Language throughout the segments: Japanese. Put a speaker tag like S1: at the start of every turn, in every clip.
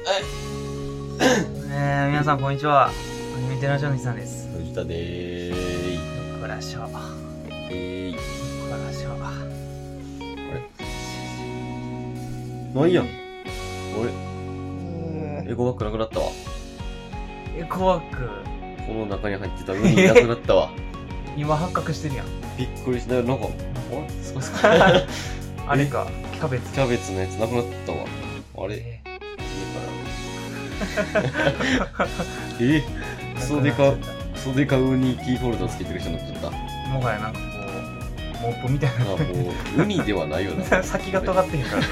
S1: えー、皆さんこんにちは。アニメテラジオの日さんです。
S2: 藤田でーい。
S1: こらしょ。こ
S2: えーい。
S1: らしょ。
S2: ないやん。俺、エゴバッグなくなったわ。
S1: え、怖く。
S2: この中に入ってたウニなくなったわ。
S1: 今発覚してるやん。
S2: びっくりした。なんか、あれすごいすごい
S1: あれか、キャベツ。
S2: キャベツのやつなくなったわ。あれ
S1: え
S2: え
S1: ー
S2: クソデカ、クソデカウニキーホルダーつけてる人になっちゃった。
S1: もはやなんかこう、モップみたい
S2: あ、もう、ウニではないよな。
S1: な。 先が尖ってへんから。
S2: あら、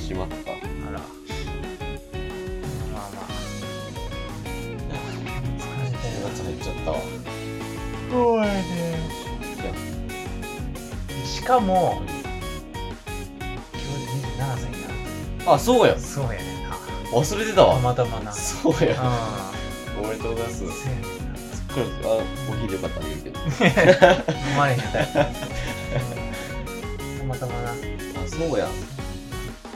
S2: しまった。
S1: あら。まあまあ。疲れた
S2: やつ入っちゃったわ。
S1: 怖いね。しかも、今日で27歳にな
S2: あ、そうや
S1: る。。そうやねんな。
S2: 忘れてた
S1: た
S2: わ。
S1: またまな。
S2: そうや。
S1: あ
S2: おめでとうございます。
S1: あ、
S2: こ
S1: せやねんな。
S2: れ、あ、コーヒーでよかったら言うけど。
S1: 生まれへんかったまたまな。
S2: あ、そうや。そ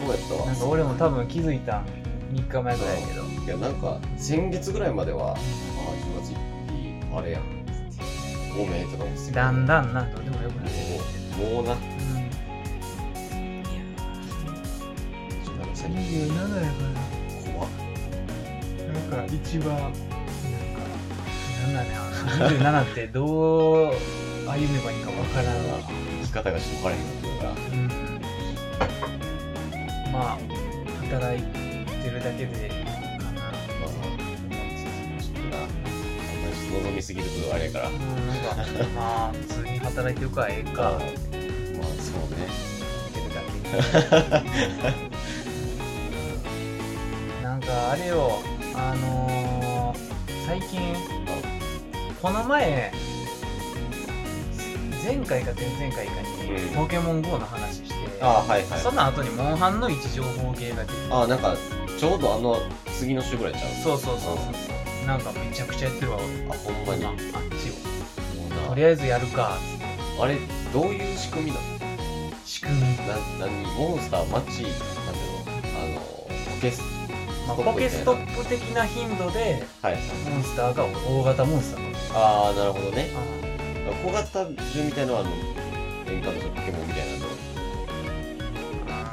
S2: うやったわ。
S1: なんか俺も多分気づいたん3日前ぐらいやけど。
S2: いや、なんか、先月ぐらいまでは、あ、気持ちいい、あれやん。ごめんとかもして
S1: だんだんな、どうでもよくなって
S2: もう、もうな、
S1: き
S2: ちょっとなんか
S1: て。
S2: 最近
S1: 27やから。
S2: 怖っ
S1: なんか一番なんかなんだねあの27ってどう歩めばいいかわからんわ、
S2: 生き方がしょうがないんだから。
S1: うん、まあ働いてるだけでかな
S2: まあ、ちょっとな、あんまりちょっと望みすぎるとあれやから。
S1: うんなんかまあ普通に働いてるからええ
S2: まあ
S1: か、
S2: そうね。
S1: なんかあれよあのー最近この前前回か前々回かに、
S2: うん
S1: ポケモン GO の話して
S2: あ、はいはい。
S1: その後にモンハンの位置情報系が出て
S2: あ、なんか、ちょうどあの、次の週ぐらいちゃ
S1: そ
S2: う
S1: うそうそうそうそうなんかめちゃくちゃやってるわ俺
S2: あ、ほんまに。
S1: ああ
S2: も
S1: っち
S2: う
S1: を
S2: な
S1: とりあえずやるか
S2: あれ、どういう仕組みなの
S1: 仕組み、
S2: な何モンスターマッチなんていうのあのポケス
S1: まあ、
S2: ストップみたいな
S1: ポケストップ的な頻度で
S2: はい
S1: モンスターが大型モンスター
S2: ああなるほどね
S1: あ
S2: 小型銃みたいなのはあの年間としたポケモンみたいなのジャッキーみたいな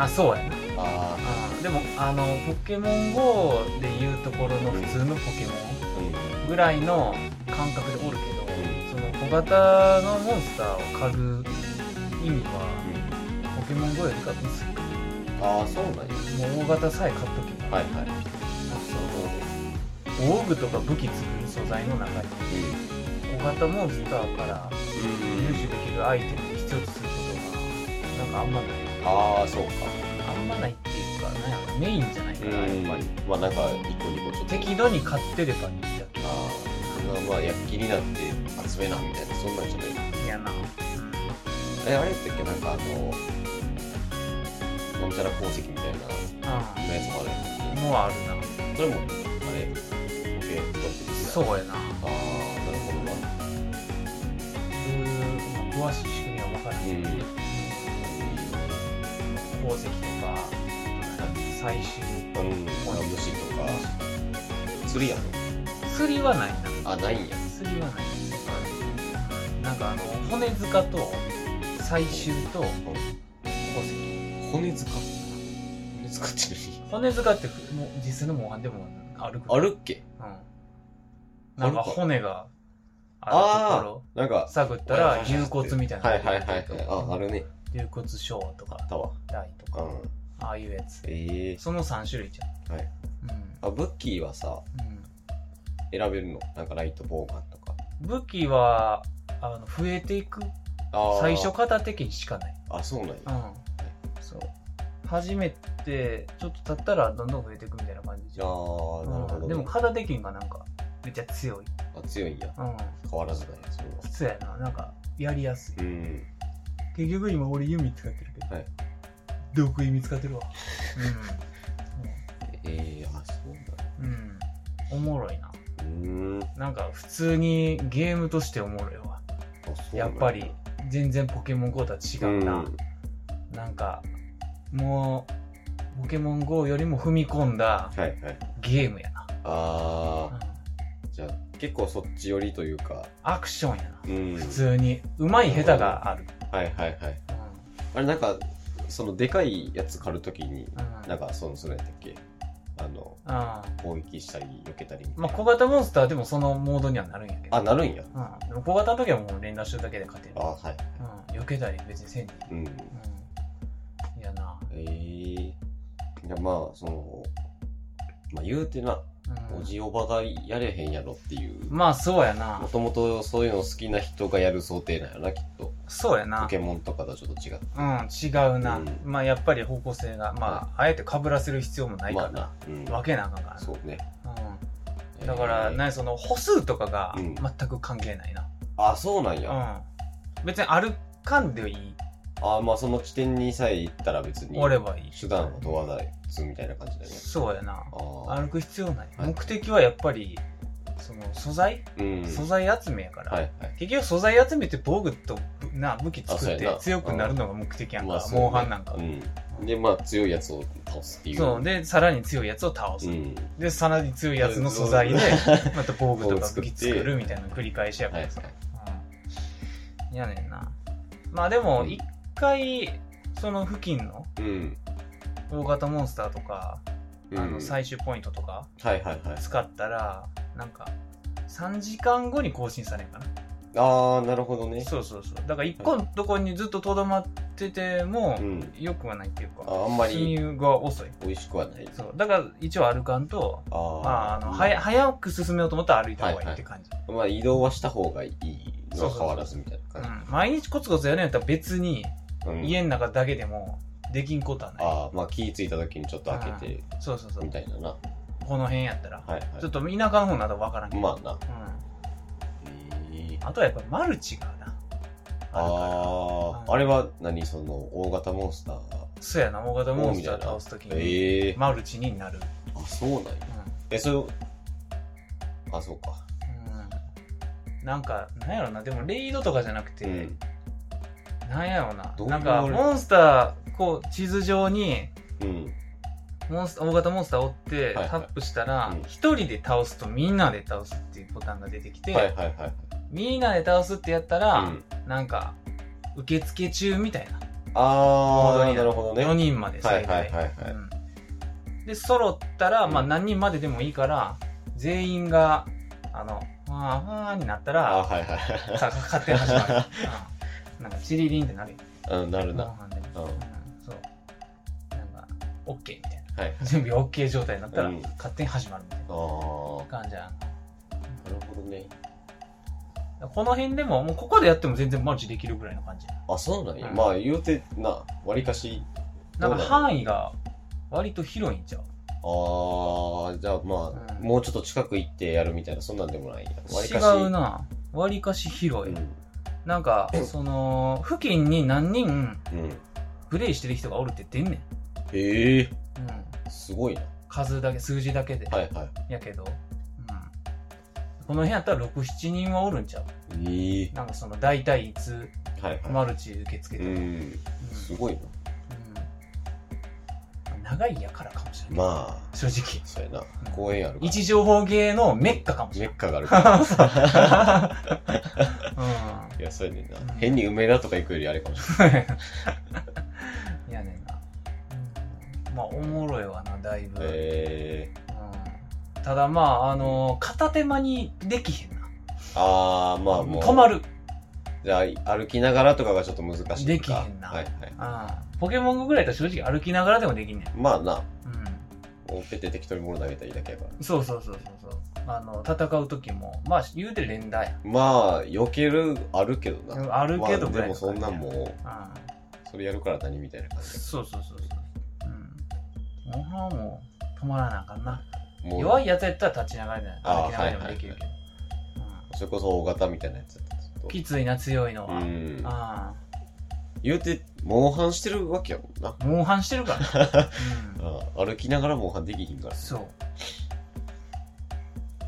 S2: や
S1: あそうやな
S2: つあ
S1: あーでもあのポケモン GO でいうところの普通のポケモ
S2: あうんう
S1: ンぐらいの感覚でおるけど
S2: ん
S1: その小型のモンスターを狩る意味はポケモン GO よりか薄い
S2: ああそうなんや
S1: もう大型さえ買っとけば、
S2: はいはい
S1: その防具とか武器作る素材の中に
S2: う
S1: 小型モンスターから入
S2: ん
S1: 手できるアイテムで必要とすることがなんかあんまない
S2: ああそうか
S1: あんまないっていうかなんやろメインじゃないか
S2: うん
S1: なやっぱり
S2: まあなんか一個二個ちょっと
S1: 適度に買ってればいいだ
S2: ああそんなまあやっきになって集めなみたいなそんなんじゃない
S1: けやな、
S2: えあれやったっけなんかあのなんちゃら鉱石みたいな
S1: う
S2: やつもあるやん
S1: ん、もうあるな
S2: それも、あれ、オケーとかってです。
S1: そううやな
S2: ああ、なるほどな。
S1: そういう、まあ、詳しい仕組みは分からない、
S2: うん。
S1: 鉱石とか採集
S2: うん、まあ、虫とか。釣りやん。
S1: 釣りはないな
S2: あ、ないんや。
S1: 釣りはないなんかあの骨塚と採集と鉱石
S2: 骨塚。骨塚って何
S1: 骨塚ってもう実際のモンハンでもある
S2: あ
S1: る、
S2: るっけ
S1: うん、なんか
S2: あるか
S1: 骨があるとこ
S2: なん
S1: ろ
S2: か、
S1: 探ったら牛骨みたいな
S2: はいはいはいはい。あ、あるね。
S1: 牛骨小と
S2: あ
S1: か
S2: ったわ。
S1: 大と
S2: う
S1: か
S2: ん。
S1: ああいうやつ
S2: ええ
S1: その3種類じゃん
S2: はいあ、ブッキーはさ、
S1: うん、うん
S2: 選べるのなんかライトボーガンとか。
S1: 武器はあの増えていく
S2: あー
S1: 最初。型的にしかない
S2: あ、そうなんや。
S1: うんそう初めてちょっと経ったらどんどん増えていくみたいな感じ
S2: じ
S1: じ
S2: ゃ
S1: ゃ
S2: あ
S1: ん、
S2: ー、なるほ
S1: う
S2: ど。
S1: んでも、肩的にがなんかめっちゃ強い
S2: あ、強いんや。
S1: うん
S2: 変わらずだよ、それは。
S1: そうやななんかやりやすい
S2: うん。
S1: 結局今俺弓使ってるけど、
S2: はい
S1: 毒弓使ってるわ
S2: ええあ、そうなんだ。
S1: うん、うん、おもろいな
S2: うーん。あ、
S1: なんか普通にゲームとしておもろいわ
S2: そうなんだ
S1: やっぱり全然ポケモン GO とは違うな、
S2: ん
S1: なんかもう、ポケモン GO よりも踏み込んだ
S2: はいはい。
S1: ゲームやな。
S2: あ
S1: うん
S2: ー、じゃあ結構そっち寄りというか、
S1: アクションやな。
S2: うん。
S1: 普通に。うまい下手がある。
S2: はいはいはい。あれなんか、そのでかいやつ狩るときに、
S1: うん
S2: なんかその、それやったっけあの、
S1: うん
S2: 攻撃したり、避けたりみたいな。
S1: まあ、小型モンスターでもそのモードにはなるんやけど。
S2: あ、なるんや。
S1: うん、でも小型の時はもう連打してるだけで勝てる
S2: あ。はい。
S1: うん、避けたり別にせんでいい。
S2: うん。
S1: うん。いやな。
S2: ええー。いや、まあ、その、まあ言うてな、
S1: うん
S2: おじおばがやれへんやろっていう。
S1: まあ、そうや
S2: も
S1: な。
S2: ともとそういうの好きな人がやる想定なんやな、きっと。
S1: そうや
S2: ポ
S1: な。
S2: ケモンとかとはちょっと違って。
S1: うん、違うな。
S2: うん
S1: まあ、やっぱり方向性が、まあ、あえて被らせる必要もない
S2: ま
S1: か
S2: あな。うん
S1: ら、わけなあかんからな
S2: そうね。
S1: うん。だから、
S2: えー
S1: なにその、歩数とかが
S2: うん
S1: 全く関係ないな。
S2: あ、そうなんや。
S1: うん。別に歩かんでいい。
S2: あ、まあその地点にさえ行ったら別に、
S1: おればいい。
S2: 手段は問わない、普通みたいな感じだね。
S1: そうやな。
S2: ああ。
S1: 歩く必要ない。
S2: はい
S1: 目的はやっぱり、その、素材
S2: うん。
S1: 素材集めやから。
S2: はい
S1: 結局素材集めて防具とぶな武器
S2: あ
S1: 作
S2: そう
S1: っ
S2: や
S1: て
S2: な
S1: 強くなるのが目的や
S2: はい。
S1: ん
S2: まあ
S1: か、
S2: そうね
S1: モンハンなんか、
S2: うん。で、まあ強いやつを倒すっていう。
S1: そう。でさらに強いやつを倒す、
S2: うん。
S1: でさらに強いやつの素材で
S2: うん
S1: また防具とか武器
S2: 防具作って
S1: 作るみたいな繰り返しやか
S2: はいは
S1: ら
S2: い
S1: さ、。うん、やねんなまあでも一回その付近の
S2: うん。
S1: 大型モンスターとか、
S2: うん
S1: あの採取ポイントとか
S2: はいはいはい。
S1: 使ったらなんか3時間後に更新されんかな
S2: ああ、なるほどね。
S1: そうそうそうだから一個のとこにずっととどまってても、
S2: うん。
S1: 良くはないっていうか
S2: ああんまり
S1: 進入が遅い
S2: 美味しくはない。
S1: そうだから一応歩かんと
S2: あー
S1: まああの、はや早く進めようと思ったら歩いた方がいいって感じ、
S2: まあ移動はした方がいいの
S1: そうそうそう
S2: は変わらずみたいな感
S1: うん、毎日コツコツやるんやったら別に
S2: じ。うん
S1: 家の中だけでもできんことはない、
S2: ああ、まあ気ぃついた時にちょっと開けて、
S1: そうそうそう
S2: みたいなな。は
S1: この辺やったら、
S2: いはい。
S1: ちょっと田舎の方など分からんけど、
S2: まあな。
S1: うん、
S2: えー
S1: あとはやっぱりマルチがな
S2: あ
S1: うん
S2: あ、あれは何その大型モンスター。
S1: そうやな大型モンスター倒すときに
S2: ええ
S1: マルチになる、
S2: あ、そうなんや。え、それを、あ、そうか。
S1: うんうん、なんかなんやろなでもレイドとかじゃなくて、
S2: うん。
S1: なんやろな
S2: どういう
S1: なんかモンスターこう地図上に
S2: うん。
S1: モンス大型モンスターを追って
S2: はいはい
S1: タップしたら
S2: うん
S1: 一、人で倒すとみんなで倒すっていうボタンが出てきて、
S2: はいはいはい。
S1: みんなで倒すってやったら、
S2: うん、
S1: なんか受付中みたいなモード
S2: あ
S1: に
S2: あ、なるほどね。
S1: 4人まで
S2: はい
S1: 最
S2: はい
S1: 大、
S2: はいはい。
S1: うんで揃ったら、まあ、
S2: うん
S1: 何人まででもいいから全員があの「わーわー」になった
S2: あ
S1: ら
S2: はいはい
S1: さ勝手に 始まる、うん、なんかチリリンってなるよ
S2: はい。うん、なるな。
S1: モンハンでも
S2: うん。は
S1: う
S2: い
S1: んそうなんか OK みたいな
S2: はい。
S1: 準備 OK 状態になったら、
S2: うん
S1: 勝手に始まるみたいな
S2: ああ、なるほ
S1: 感じや
S2: どね。
S1: なこの辺でももうここでやっても全然マルチできるぐらいの感じや
S2: あ、そうなんや。
S1: うん
S2: まあ言うてな、わりかし、
S1: ななんか
S2: そうだね
S1: 範囲が割と広いんちゃう
S2: ああ、じゃあまあ、
S1: うん
S2: もうちょっと近く行ってやるみたいな、そんなんでもないんや。わりかし。
S1: 違うな割かし広い、なんかその付近に何人
S2: うん。うん。
S1: プレイしてる人がおるって出んねん、
S2: ええ
S1: うん、
S2: すごいな。
S1: 数だけ数字だけで、
S2: はいはい。
S1: やけど、うん、この辺やったら67人はおるんちゃう
S2: ええ
S1: なんかその大体いつ
S2: はいはい。
S1: マルチ受け付け
S2: う
S1: てる、う
S2: ん。
S1: ん
S2: すごいな。
S1: うん長いやからかもしれない、
S2: まあ、
S1: 正 直
S2: そうやな。公園あるから。
S1: 位置情報ゲーのメッカかもし
S2: メ
S1: れない
S2: ッカがあるから。
S1: う
S2: いや、そうやねんな
S1: うん。
S2: 変に梅田とか行くよりあれかもしれない。
S1: ん いやねんな、うんまあおもろいわなだいぶ、
S2: ええ
S1: うんただまああの片手間にできへんな
S2: あー、まあもう。
S1: 止ま。る
S2: じゃあ、歩きながらとかがちょっと難しいとか。
S1: できへんな
S2: はいはい。
S1: あポケモン GO ぐらいだったら正直歩きながらでもできんねん、
S2: まあな、
S1: う
S2: もうペて適当に物投げたらいいだけやから。
S1: ん、そうそうそうそうそうあの戦う時もまあ言うて連打や
S2: まあ、避ける、あるけどな。
S1: あるけど
S2: ま
S1: ぐら
S2: あで
S1: い
S2: も
S1: の
S2: そ
S1: 感
S2: ん
S1: じ
S2: な
S1: や
S2: んも
S1: うん
S2: う、それやるから何みたいな感じ。
S1: そうそうそうそう。うん。モンハンはもう止まらなあかんな。
S2: もう
S1: 弱いやつやったら立ちながらで、
S2: あ
S1: 歩きながらでもできるけど。
S2: それこそ大型みたいなやつだったらちょ
S1: う
S2: っ
S1: ん
S2: と
S1: きついな、強いの
S2: う
S1: は。
S2: ん。
S1: あ
S2: 言うて、モンハンしてるわけやもんな。
S1: あ、モンハンしてるからな。うん
S2: うん歩きながらモンハンできひんから。
S1: そう。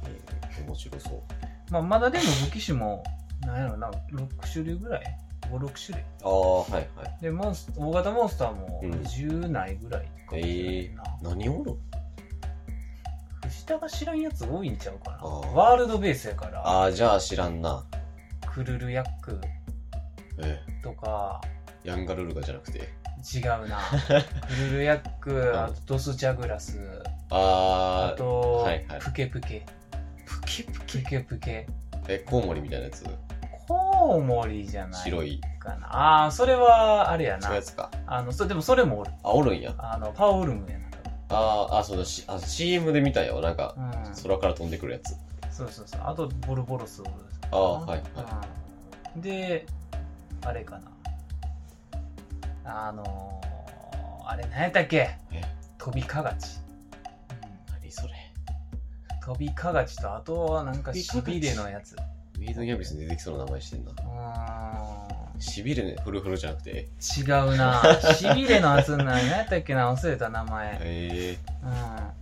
S2: えー面白そう。
S1: まあ、まだでも武器種も、なんやろな、6種類ぐらい ?5 56種類
S2: ああはいはい
S1: でモンス大型モンスターも
S2: うん
S1: 10ないぐらいかもしれないな、
S2: 何おるん
S1: 藤田が知らんやつ多いんちゃうかな
S2: あー
S1: ワールドベースやから
S2: ああじゃあ知らんな
S1: クルルヤック
S2: え
S1: とか
S2: えヤンガルルガじゃなくて
S1: 違う なクルルヤックあとドスジャグラスあ
S2: ああ
S1: と、
S2: はいはい
S1: プケプケ
S2: プケプ
S1: プケプケ
S2: えコウモリみたいなやつ
S1: コウモリじゃない
S2: 白い違
S1: かなああーそれはあれやな
S2: うやつか
S1: あのそでもそれもおる
S2: あおるんや
S1: あのパオウルムやな多分
S2: あーあそうだしあ CM で見たよなんか
S1: うん、
S2: 空から飛んでくるやつ
S1: そうそうそうあとボルボロスおる
S2: ああはいは
S1: うんであれかなあのー、あれ何やったっけ
S2: え
S1: 飛びかがち、
S2: い何それ
S1: 飛びかがちとあとはなんか
S2: 飛び
S1: し
S2: かが
S1: び
S2: ち
S1: れのやつう
S2: ウィードン・ヤビスに出てきそうな名前してんな
S1: ー
S2: しびれねフルフルじゃなくて
S1: ん違う なしびれのやつなん何やったっけな忘れた名前
S2: ええ
S1: うんあ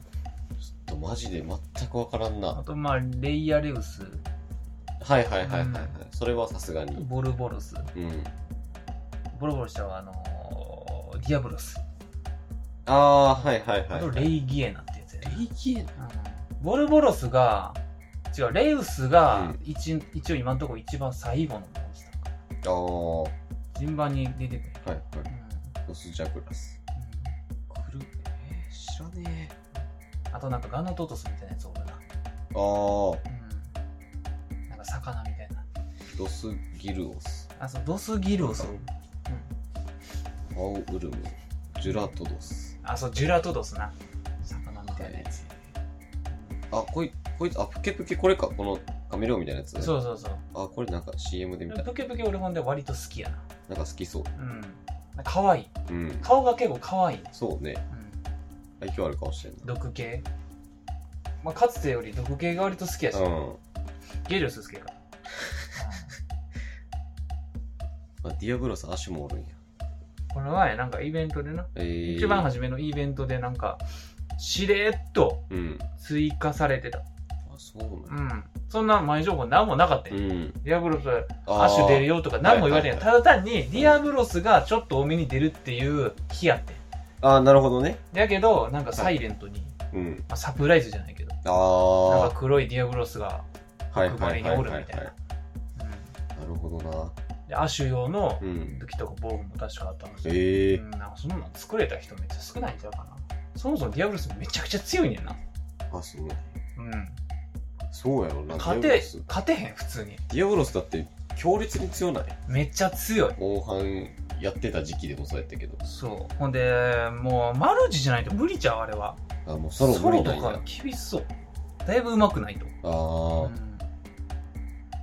S2: ちょっとマジで全くわからんな
S1: とまあレイヤレウス
S2: はいはいはいはい、はい
S1: うん
S2: それはさすがに
S1: ボルボロス
S2: うん
S1: ボルボロスとはあのー、ディアブロス
S2: ああはいはい
S1: あ
S2: はい、
S1: と
S2: はい、
S1: レイギエナってやつやな
S2: イキエ
S1: うんボルボロスが違うレイウスが一,、一応今のところ一番最後のモンスターか
S2: ああは
S1: 順番に出てくる、
S2: いはい
S1: うん
S2: ロスジャグラス
S1: う
S2: くるえー、知らねえ
S1: んあとなんかガノトトスみたいなやつおるな、
S2: ああ
S1: うん、なんか魚みたいな
S2: ロスギルオス
S1: あそうドスギルオス、うん、
S2: マウウルムジュラトドス
S1: あそうジュラトドスな魚みたいなやつ、
S2: あこいこいつあプケプケこれかこのカメレオンみたいなやつ
S1: そううそうそう
S2: あこれなんか CM で見た
S1: プケプケ俺ほんで割と好きやな
S2: なんか好きそう
S1: うん可愛い
S2: うん
S1: 顔が結構可愛い、
S2: そうね
S1: うん、
S2: 愛嬌ある顔してん
S1: 毒系、まあ、かつてより毒系が割と好きやし、
S2: なうん
S1: ゲリオス好きやから、
S2: あディアブロス足もおるんや
S1: この前なんかイベントでな、
S2: えー、
S1: 一番初めのイベントでなんかしれっと
S2: うん
S1: 追加されてた
S2: あそう
S1: う
S2: なん
S1: んそんな前情報何もなかったよ、
S2: うん
S1: ディアブロス
S2: あ
S1: ア
S2: ー
S1: ッシュ出るよとか何も言われへん、
S2: はい
S1: ただ単にディアブロスがちょっと多めに出るっていう日やってん
S2: あーなるほどね
S1: だけどなんかサイレントに、
S2: うん
S1: まあ、サプライズじゃないけど
S2: あ
S1: なん
S2: あ
S1: か黒いディアブロスが、
S2: はい
S1: 奥張
S2: はい
S1: りに
S2: はい
S1: お
S2: はい
S1: る
S2: は
S1: みたいない
S2: なるほどな
S1: でアッシュ用の
S2: うん
S1: 武器とか防具も確かあったはず
S2: ええ
S1: うん、なんかそんなの作れた人めっちゃ少ないんちゃうかなそもそもディアブロスめちゃくちゃ強いねんな
S2: あそう
S1: うん
S2: そうやろな
S1: 勝
S2: ディアブロ
S1: て
S2: ス
S1: 勝てへん普通に
S2: ディアブロスだって強烈に強ない
S1: めっちゃ強い
S2: 後半やってた時期でもそうやったけど
S1: そうほんでもうマルチじゃないと無理ちゃうあれは
S2: あもうソロ無理
S1: と
S2: なんや
S1: か厳しそうだいぶ上手くないと、
S2: ああ、
S1: うん
S2: えーだっても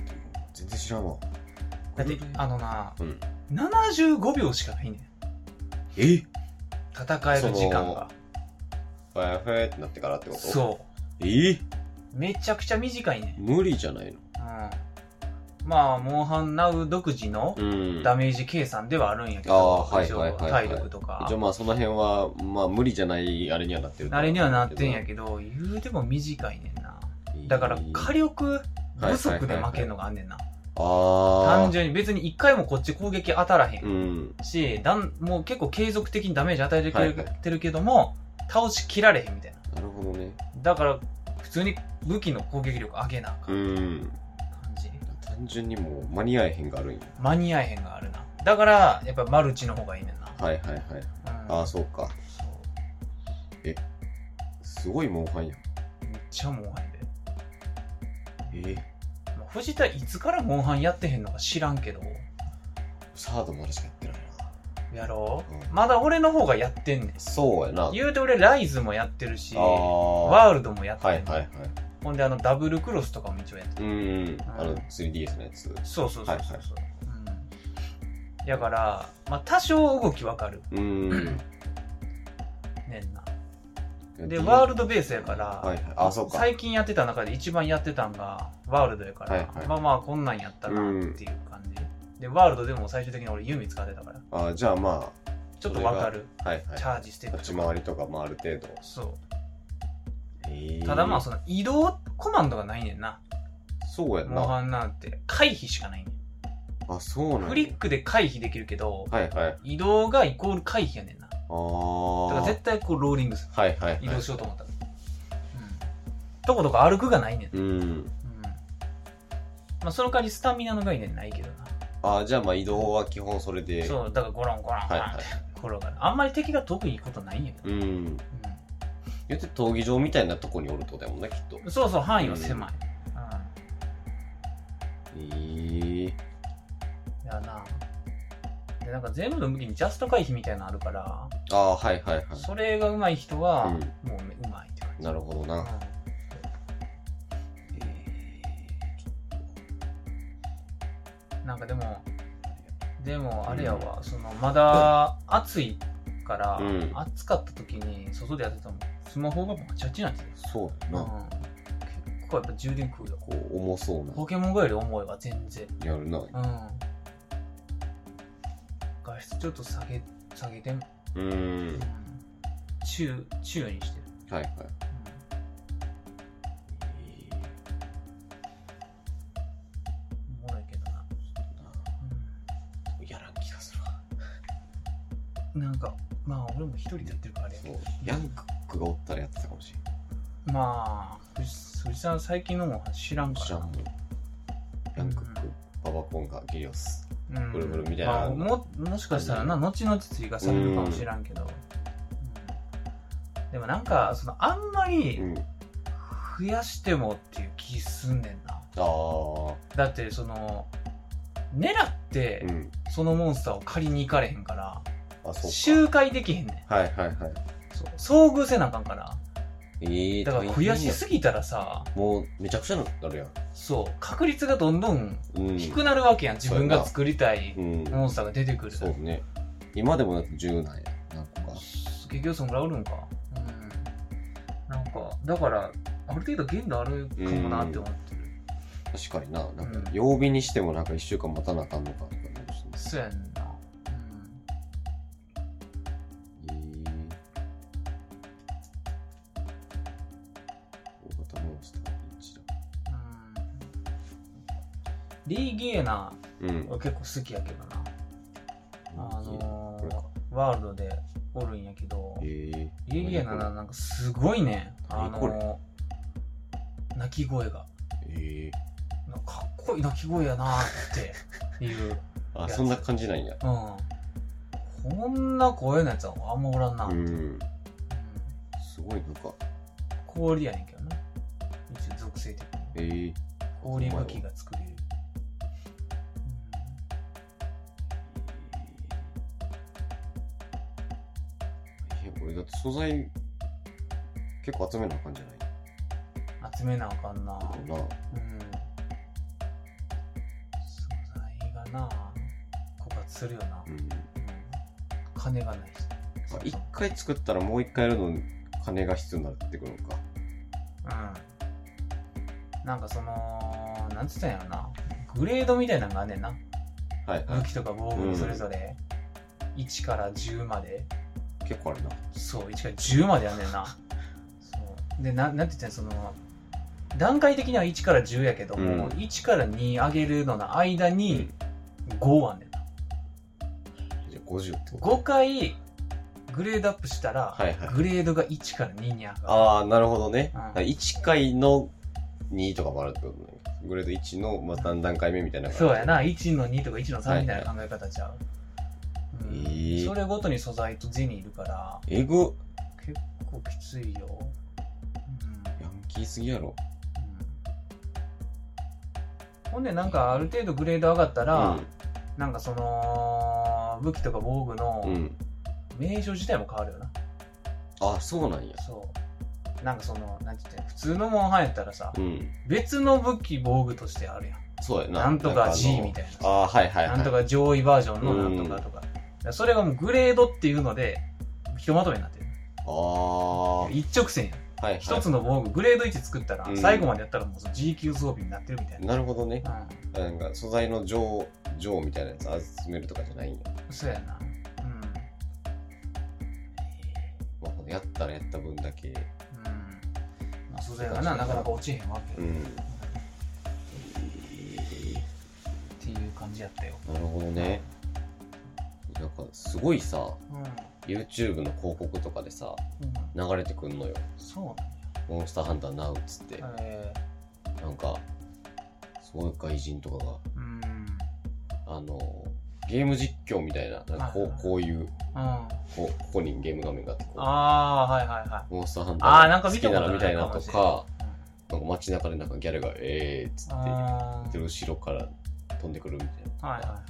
S2: う全然知らんわ
S1: だってあのな、
S2: うん
S1: 75秒しかないねん
S2: え
S1: 戦える時間が
S2: ファイファイってなってからってこと
S1: そ
S2: えー
S1: うめちゃくちゃ短いねん、
S2: 無理じゃないの
S1: うん、まあモンハンナウ独自の
S2: うん
S1: ダメージ計算ではあるんやけ
S2: あ
S1: ど、
S2: ーはい
S1: 一応
S2: はいはいはい
S1: 体力とか
S2: じゃあまあその辺はまあ無理じゃないあれにはなってると
S1: あ
S2: 思
S1: れ
S2: うけ
S1: に
S2: ど
S1: はなってんやけど言うても短いねんなだから火力不足で負けんのがあんねんな
S2: あ
S1: 単純に別に一回もこっち攻撃当たらへ
S2: あうんん
S1: し、だんもう結構継続的にダメージ与えてく
S2: は
S1: れ
S2: いはい
S1: てるけども、倒しきられへんみたいな
S2: なるほどね
S1: だから普通に武器の攻撃力上げなあか
S2: うんん
S1: 感じ
S2: 単純にもう間に合えへんがあるんや
S1: 間に合えへんがあるなだからやっぱマルチの方がいいねんな、
S2: はいはいはい
S1: うん
S2: ああそうか
S1: そう
S2: すごいモンハンやん
S1: めっちゃモンハンで
S2: えー
S1: もう藤田いつからモンハンやってへんのか知らんけど
S2: サードまでしかやってない
S1: やろう、
S2: うん
S1: まだ俺の方がやってんねん
S2: なそうやなあ
S1: 言うて俺ライズもやってるし
S2: あ
S1: ワ
S2: ー
S1: ールドもやって
S2: はい
S1: る、
S2: はいはい
S1: ほんであのダブルクロスとかも一応やってる
S2: うんうんあの 3DS のやつ
S1: そうそうそうそう
S2: はいはい
S1: そう、うんだから、まあ、多少動きわかる
S2: うん
S1: ねんなでワールドベースやから、
S2: はいはいあそうか
S1: 最近やってた中で一番やってたんがワールドやから、
S2: はいはい
S1: まあまあこんなんやったなっていう感じ、でワールドでも最終的に俺弓使ってたから
S2: あーじゃあま
S1: ちょっとわかる
S2: あはいはい
S1: チャージしてる
S2: 立ち回りとかもある程度
S1: そ
S2: え
S1: う
S2: ー
S1: ただまあその移動コマンドがないねんな
S2: そうやん
S1: モン
S2: な
S1: ハンなんて回避しかないねん
S2: あ、そうなん
S1: フリックで回避できるけど、
S2: はいはい。
S1: 移動がイコール回避やねんな。だ
S2: あ
S1: から
S2: ー
S1: 絶対こうローリングする。
S2: はいはいはい
S1: 移動しようと思ったら。うん。とことか歩くがないねん。うん。
S2: うん。
S1: まあ、その代わりスタミナの概念ないけどな。
S2: あ、じゃあまあ移動は基本それで。
S1: そう、だからゴロンゴロンゴ
S2: はい
S1: ロンっ
S2: はい
S1: て。ゴロンゴロンあんまり敵が特にいいことないんやけど。
S2: うん。言って闘技場みたいなとこにおるってことだもんね、きっと。
S1: うんそうそう、範囲は狭い。うん
S2: えー、
S1: いやなでなんか全部の向きにジャスト回避みたいなのあるから
S2: あーはいはいはい。
S1: それが上手い人は、
S2: うん
S1: もうめ上手いって感じ
S2: なるほどな。
S1: う
S2: え
S1: んなんかでもでもあれやわ、そのまだ暑いから、
S2: うん
S1: 暑かった時に外でやっててもスマホがもうチャチなんですよ、
S2: ーそうや
S1: う
S2: な。
S1: ん、結構やっぱ充電食うよ
S2: こう、重そう
S1: ポケモンぐらいより重いわ全然
S2: な。やるな。
S1: うん画質ちょっと下げ下げても、
S2: うん
S1: うん。、中中にしてる、
S2: はいはい。
S1: うんおもろいけどな、
S2: やらん気がするわ。
S1: なんかまあ俺も一人でやってるからあれやけ
S2: そ
S1: ど
S2: う。ヤンクがおったらやってたかもしれん。
S1: まあ藤藤さん最近のも知らんから
S2: 知らんもん。ヤンクック、ババコンがゲリオス。
S1: うん
S2: ぐるぐるみたいな
S1: まあ、ももしかしたらな後々追加されるかもしらんけど、うんでもなんかそのあんまり
S2: うん。
S1: 増やしてもっていう気すんねんな
S2: ああ。
S1: だってその狙って
S2: うん。
S1: そのモンスターを借りに行かれへんから、
S2: あ、そう
S1: 周回できへんねん
S2: か。はいはいはい。
S1: そう遭遇せなあかんから
S2: ええー、
S1: だから
S2: 大
S1: 増
S2: 変や
S1: やしすぎたらさ
S2: もうめちゃくちゃになるやん。
S1: そう確率がどんどん
S2: うん。
S1: 低くなるわけやん、自分が作りたい
S2: うん。
S1: モンスターが出てくる、
S2: そうね。今でもだって10なんや。何個か。
S1: 結局そんぐらいおるんかうんなんかだからある程度限度あるかもなって思ってる、
S2: 確かにな。な
S1: うん
S2: か
S1: ん
S2: 曜日にしてもなんか1週間待たなあかんのかとかなるしね。
S1: そうやんな、うん
S2: えー大型モンスター一だ。
S1: うん、リー・ゲーナ
S2: うん。
S1: 俺結構好きやけどなあの
S2: これか。
S1: ー、ワールドでおるんやけど
S2: えー、
S1: リー・ゲーナななんかすごいねあ
S2: 何これ
S1: のー、鳴き声が
S2: えー、
S1: なんかかっこいい鳴き声やな っていう、うん、
S2: あ、そんな感じなんや。
S1: こんな声のやつはあんまおらんな、
S2: う
S1: うん
S2: ん。すごいなんか。
S1: 氷やねんけどな一応属性的に
S2: えー、
S1: 氷巻きが作れる、
S2: えー、俺だって素材結構集めなあかんじゃない
S1: うん、集めなあかんな
S2: だろうな。
S1: うん素材がな枯渇するよな、
S2: うん。
S1: うん、金がないし
S2: あ一回作ったらもう一回やるのに金が必要になってくるのか。
S1: うんなんかそのなんつったんやろなグレードみたいなのがあんねんな
S2: はいは
S1: 武
S2: い。
S1: 器とか防具それぞれ、1から10まで
S2: 結構あるな。
S1: そう1から10までやんねんなそうでななんて言ったんやその段階的には1から10やけども、
S2: うん
S1: 1から2上げるのの間に5あんねんな
S2: じゃあ50ってこと
S1: 5回グレードアップしたら、
S2: はいはい
S1: グレードが1から2に上がる
S2: ああ、なるほどね。
S1: うん
S2: だから1回の2とかもあるってことね。グレード1の、まあ、段段階目みたいな感じ。
S1: そうやな、1の2とか1の3みたいな考え方ちゃう。うん
S2: えー
S1: それごとに素材と銭いるから、
S2: えぐ
S1: 結構きついよ。うん
S2: ヤンキーすぎやろ。
S1: うんほんで、なんかある程度グレード上がったら、なんかその、武器とか防具
S2: うん。う
S1: の
S2: ん。
S1: 名称自体も変わるよな。
S2: あ、そうなんや。
S1: そう。なんかその、なんて言ったらいいの普通のモンハンやったらさ、
S2: うん。
S1: 別の武器防具としてあるやん。
S2: そうやな。
S1: なんとか G みたいな。
S2: あのあー、はいはいはい。
S1: なんと
S2: か。
S1: か上位バージョンのなんとかとか。だからそれがもうグレードっていうので、ひとまとめになってる。
S2: ああ。はい
S1: 一直線やん。
S2: はい。
S1: 一つの防具、グレード1作ったら
S2: う、ん
S1: 最後までやったらもうその G 級装備になってるみたいな。
S2: なるほどね。
S1: う
S2: なんか素材の上、上みたいなやつ集めるとかじゃないんや。
S1: ん。そうやな。うん。
S2: まあ、やったらやった分だけ。
S1: うん。まあ、それがな、なかなか落ちへんわけ。
S2: うん。
S1: っていう感じやったよ、
S2: なるほどねなんかすごいさ
S1: うん
S2: YouTube の広告とかでさ
S1: うん、
S2: 流れてくんのよ
S1: そ
S2: 「モンスターハンター NOW」っつって
S1: うなんやえ
S2: なんかすごい外人とかが
S1: ーうん
S2: あのゲーム実況みたいななんかこ
S1: はいは
S2: う
S1: い
S2: こういう
S1: うん
S2: こうここにゲーム画面があってこう
S1: ああーはいはいは
S2: モンスターハンタ
S1: あーなん
S2: ー
S1: か
S2: が
S1: 見
S2: 好
S1: たこ
S2: き
S1: と
S2: な
S1: ない
S2: らみたいな
S1: かも
S2: と
S1: しれ
S2: か
S1: い、うん
S2: なんか街中でなんかギャルが「えー」っつって
S1: あ
S2: で後ろから飛んでくるみたい
S1: あ
S2: な、
S1: はいは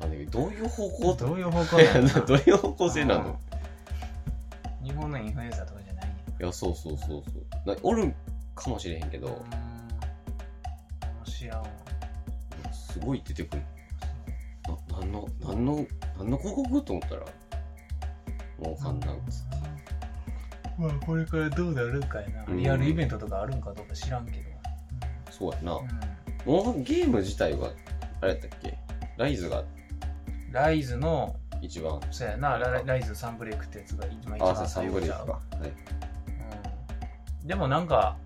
S2: あのどういう方
S1: い
S2: 向
S1: どういう方向なの
S2: どういう方向性なの
S1: うん日本のインフルエンザとかじゃないんや
S2: いやそうそうそうそうなおるかもしれへんけ
S1: うー
S2: ど
S1: んもしやん
S2: すごい出てくるななんのなんのなんの広告と思ったらもう判断
S1: まあこれからどうなるんかいな
S2: うん
S1: リアルイベントとかあるんかどうか知らんけど
S2: そうやな、
S1: うん
S2: もうゲーム自体はあれやったっけライズが
S1: うんライズの
S2: 一番
S1: そうやなラライズサンブレイクってやつが一番一
S2: あ
S1: 番
S2: あサ
S1: 最
S2: ン
S1: 後
S2: ゴリ
S1: ち
S2: で
S1: ゃ
S2: す
S1: う
S2: かはい
S1: うんでもなんか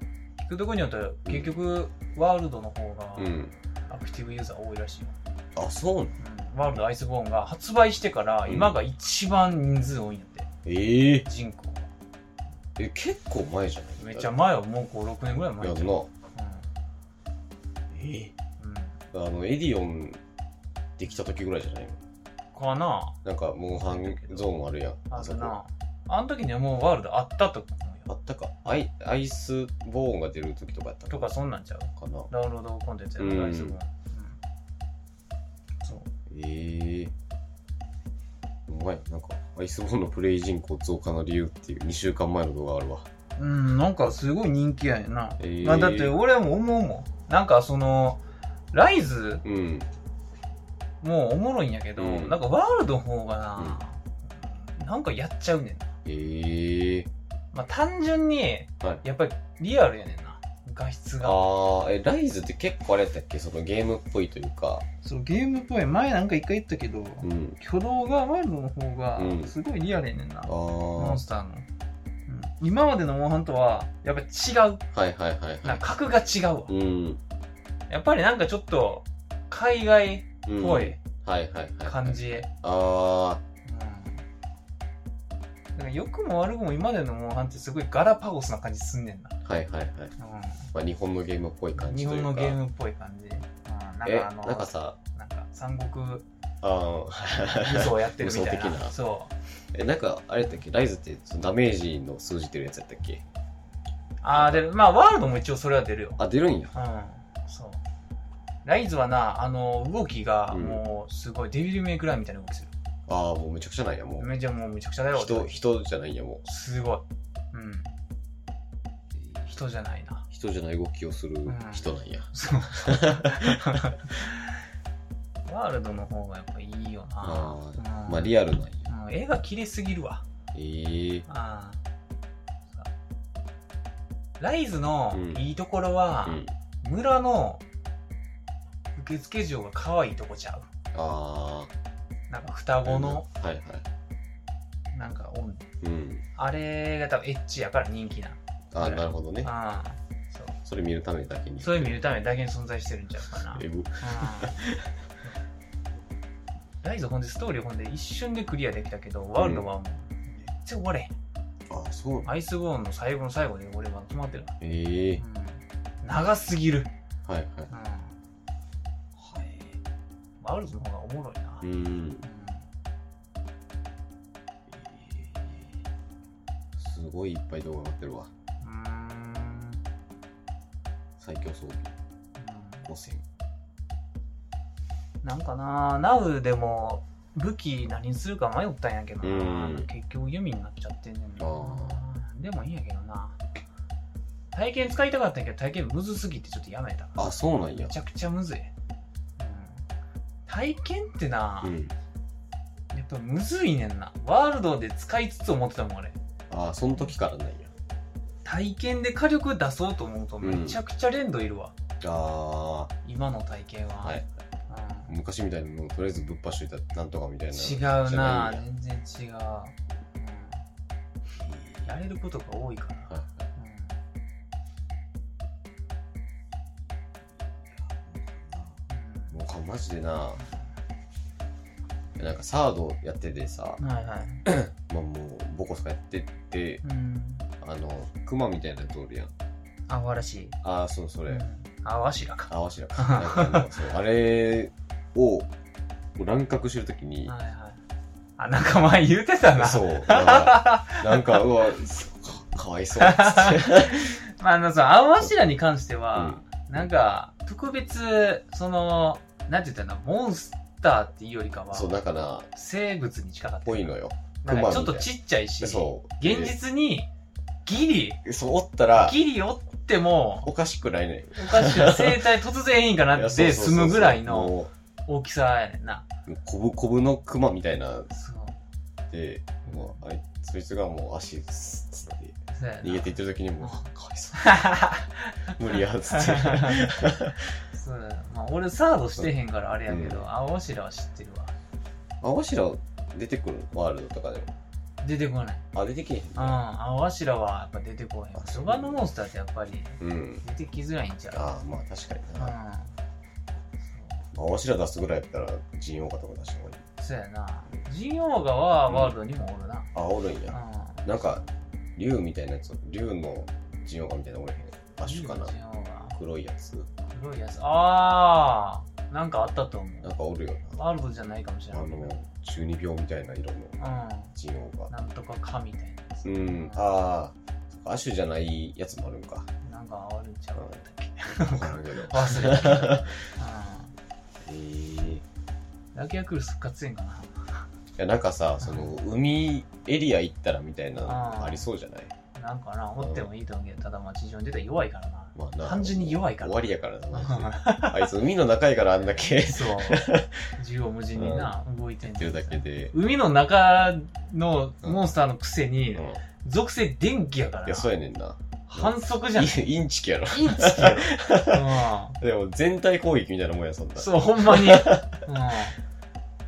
S1: 聞くとこによると結局ワールドの方が
S2: うん
S1: アクティブユーザー多いらしいよ、
S2: あそうなの
S1: うんワールドアイスボーンが発売してから
S2: うん
S1: 今が一番人数多いんやって
S2: ええ
S1: 人口
S2: え結構前じゃない
S1: めっちゃ前はもう56年ぐらい前
S2: や
S1: や
S2: ん
S1: ん
S2: な
S1: うん
S2: ええあのエディオンできた時ぐらいじゃない
S1: かな
S2: なんかモンハンゾーンあるやん
S1: あ
S2: そ
S1: と
S2: こ
S1: なあの時にはもうワールドあったと思う
S2: あ
S1: よ
S2: ったかアイアイスボーンが出る時とかやった
S1: とかそんなんちゃう
S2: かな
S1: ダウンロードコンテンツやった
S2: うん
S1: らアイスボーン、うんそう
S2: ええお前なんかアイスボーンのプレイ人口増加の理由っていう2週間前の動画あるわ
S1: うんなんかすごい人気やねんな、
S2: ええ
S1: まあ、だって俺も思うもんなんかそのライズ
S2: うん
S1: もうおもろいんやけど、
S2: うん
S1: なんかワールドの方がな、なんかやっちゃうねんな、
S2: ええ
S1: まあ、単純に
S2: はい
S1: やっぱりリアルやねんな画質が
S2: ああえライズって結構あれやったっけそのゲームっぽいというか
S1: そうゲームっぽい前なんか一回言ったけど、
S2: うん
S1: 挙動がワールドの方が
S2: うん
S1: すごいリアルやねんな、
S2: あ
S1: モ
S2: あ
S1: ンスターの、うん今までのモンハンとはやっぱ違う
S2: はいはいはい
S1: な
S2: は
S1: んか
S2: い
S1: 格が違うわ、
S2: うん
S1: やっぱりなんかちょっと海外っ
S2: うん
S1: ぽ
S2: はい
S1: い
S2: はいはいはい
S1: 感じ、
S2: ああ
S1: うんだから良くも悪くも今までのモンハンってすごいガラパゴスな感じすんねんな、
S2: はいはいはい、まあ、日本のゲームっぽい感じ
S1: 日
S2: とい
S1: 本
S2: うか
S1: のゲームっぽい感じ、うん、なん
S2: え
S1: かあの
S2: なんかさ
S1: なんか三国
S2: ああ
S1: 武装やってるみたい
S2: 武装
S1: な
S2: 的な
S1: そう
S2: えなんかあれやったっけライズってそのダメージの数字出るやつやったっけ
S1: ああでまあワールドも一応それは出るよ
S2: あ出るんや
S1: うんそうライズはなあの動きがもうすごい、デビルメイクラインみたいな動きする
S2: ああもうめちゃくちゃなんやもう
S1: めちゃもうめちゃくちゃだよ
S2: 人人じゃないんやも
S1: すごいうん
S2: う
S1: 人じゃないな
S2: 人じゃない動きをする
S1: ん
S2: 人なんや、
S1: そう ワールドの方がやっぱいいよな
S2: あ
S1: うん
S2: まあリアルなんや
S1: うん絵が綺麗すぎるわ
S2: ええ
S1: あーさライズの
S2: うん
S1: いいところは、
S2: うん
S1: 村の受付嬢が可愛いとこちゃう
S2: あ
S1: なんか双
S2: あ
S1: 子の
S2: うんはいはい
S1: なんかおん
S2: うん
S1: あれが多分エッチやから人気なん
S2: あ
S1: そ
S2: あ
S1: れ
S2: なるほどね
S1: ああそう
S2: それ見るためだけに
S1: そういう意味で見るためだけに存在してるんちゃうかな
S2: えぐ
S1: うんライズほんでストーリーほんで一瞬でクリアできたけど、ワールドはもうめっちゃ終われへん
S2: ああそうなん
S1: アイスボーンの最後の最後で俺は止まってる、
S2: ええ
S1: うん、長すぎる、
S2: はいは
S1: うんはい、ワールドの方がおもろいな、
S2: い
S1: うん
S2: うんすごいいっぱい動画上がってるわ
S1: うん
S2: 最強装備5000
S1: なんかなナウでも武器何するか迷ったんやけどな、
S2: うん
S1: 結局弓になっちゃってんねんな
S2: あ
S1: でもいいんやけどな体験使いたかったんやけど体験むずすぎてちょっとやめた
S2: あそうなんや
S1: めちゃくちゃむずい、うん体験ってな、
S2: うん
S1: やっぱむずいねんなワールドで使いつつ思ってたもん俺
S2: ああその時からなんや
S1: 体験で火力出そうと思うとめちゃくちゃ連動いるわ、
S2: あ
S1: 今の体験は、
S2: あはい
S1: うん
S2: 昔みたいにもうとりあえずぶっ破しといたらなんとかみたいな
S1: 違うな
S2: じゃいんや
S1: 全然違う、うんやれることが多いから、
S2: はいはい
S1: うん
S2: もうかマジでななんかサードやっててさ、
S1: はいはい
S2: まあ、もうボコスカやってて
S1: うん
S2: あの熊みたいな通るやん
S1: あわらしい
S2: ああそうそ
S1: こ
S2: れ、
S1: あわしらか
S2: あわしらかなんかあのそうあれをこう乱獲してると きに
S1: はいはいあなんか前言うてたな
S2: そうなんか
S1: ま
S2: なんかうわかかわいそうっつって、
S1: ああのそうあわしらに関して
S2: う
S1: は、
S2: ん
S1: なんか、特別、その、なんて言ったらいいのモンスターっていうよりかは、
S2: そうなんかな
S1: 生物に近かった。
S2: ぽいのよ
S1: なんかちょっ
S2: 熊みたい
S1: と
S2: な
S1: ちっちゃいし、
S2: そう
S1: 現実に、ギリ、
S2: でそうおったら
S1: ギリおっても、
S2: おかしくないね
S1: おかしな生態突然変異かなっ
S2: いや
S1: て
S2: そ
S1: 済
S2: うそうそうそう
S1: むぐらいの
S2: も
S1: 大きさやねんな。
S2: うこぶこぶの熊みたいな
S1: そう。
S2: で、もうあいそいつがもう足つつって
S1: そうやな
S2: 逃げていってる時にもうあかわいそう無理やっつって
S1: そうやまあ俺サードしてへんからあれやけど、
S2: う
S1: 青柱は知ってるわ。
S2: 青白出てくるワールドとかでも
S1: 出てこない。
S2: あ出てけえへん
S1: うん、青柱はやっぱ出てこへん。
S2: あそう
S1: 序盤のモンスターってやっぱり
S2: うん
S1: 出てきづらいんちゃう
S2: ああまあ確かにな、まあ、
S1: う
S2: 青白出すぐらいやったら陣王かとか出した方がいい
S1: んそうやなジンオーガはワールドにもおるな、
S2: あおるん
S1: う
S2: や、
S1: ん
S2: なんか竜みたいなやつ竜の陣王かみたいなのおれへんアッシュかな
S1: ジンオーガ
S2: 黒いやつ
S1: 黒いやつああなんかあったと思
S2: な
S1: うん
S2: かおるよな
S1: ワールドじゃないかもしれ
S2: あ
S1: ないけど
S2: の中二病みたいな色の陣王が
S1: うんなんとかかみたいなやつ
S2: うん、ああ、アシュじゃないやつもあるんか。
S1: なんかあるんちゃうかったっけ
S2: わからんけど。
S1: 忘れた
S2: えーい
S1: うんラキアクルス復活せんかな
S2: や、なんかさ、その、海エリア行ったらみたいな、
S1: あー
S2: ありそうじゃない
S1: なんかなおってもいいと思うけどただまあ地上に出たら弱いからな
S2: まあな
S1: 単純に弱いから
S2: 終わりやからな。マジであいつ、海の中やからあん だけ
S1: そう縦横無尽にな、動いてん
S2: 言
S1: ね
S2: っ
S1: ん
S2: てるだけで。
S1: 海の中のモンスターのくせに、
S2: うん。い
S1: 属性電気やから
S2: や、そうやねんな。
S1: 反則じゃんイン
S2: インインチキやろ。
S1: チキやろ、
S2: でも、全体攻撃みたいなもんや、そんな。
S1: うん、そうほんまに、うん、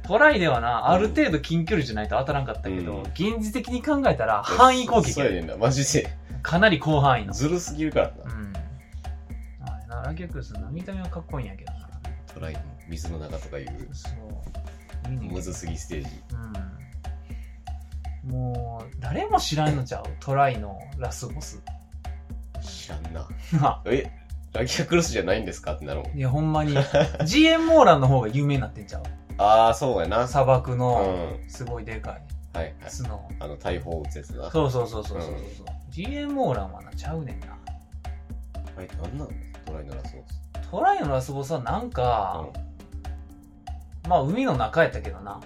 S1: トライではなある程度近距離じゃないと当たらんかったけど、
S2: うん
S1: 現実的に考えたら範囲攻撃
S2: そうや
S1: や
S2: ねんな。マジで。
S1: かなり広範囲の
S2: ずるすぎるから
S1: う
S2: な。
S1: んあれなラキアクルスの見た目はかっこいいんやけどな
S2: トライ、水の中とかいう、
S1: そういいねんけど
S2: むずすぎステージ。
S1: うんもう誰も知らんのちゃうトライのラスボ ス
S2: 知らんな。
S1: な
S2: えラギアクロスじゃないんですかってなるもん
S1: いや、ほんまに。GM モーランの方が有名になってんちゃう
S2: ああそうやな
S1: 砂漠
S2: うん
S1: の、
S2: はい
S1: すごいでか
S2: はい
S1: い角の。
S2: あの大砲撃つやつな
S1: そうそうそうそうそうそう
S2: うん。
S1: GM モーランはな、ちゃうねんな。
S2: はいなんなんトライのラスボス
S1: トライのラスボスはなんか、まあ海の中やったけどな。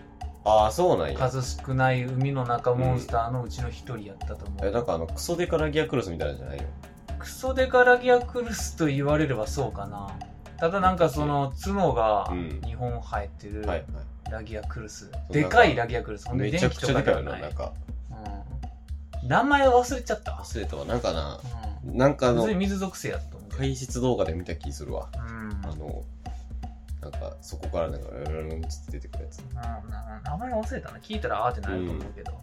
S2: ああそうなんや
S1: 数少ない海の中モンスターのうちの一人やったと思
S2: えな
S1: う。
S2: んかあのクソデカラギアクロスみたいなんじゃないの
S1: クソデカラギアクルスと言われればそうかな。ただなんかその角が
S2: うん
S1: 2本生えてる
S2: はいはい
S1: ラギアクルス。
S2: か
S1: でかいラギアクルス。ほんで
S2: めちゃ
S1: 電
S2: く
S1: 気
S2: ち
S1: とか
S2: ゃで
S1: で
S2: かい
S1: は
S2: よな
S1: ない
S2: なん。か
S1: うん名前忘れちゃった。
S2: 忘れたわなんかな
S1: う
S2: なんかあ
S1: ん。普通に
S2: の
S1: 水属性やったと思うけど。
S2: 解説動画で見た気するわ
S1: うん。
S2: あのなんかそこからなんかルルルンって出てくるやつ
S1: うんな名前忘れたな。聞いたらあーってなると思うけど。うん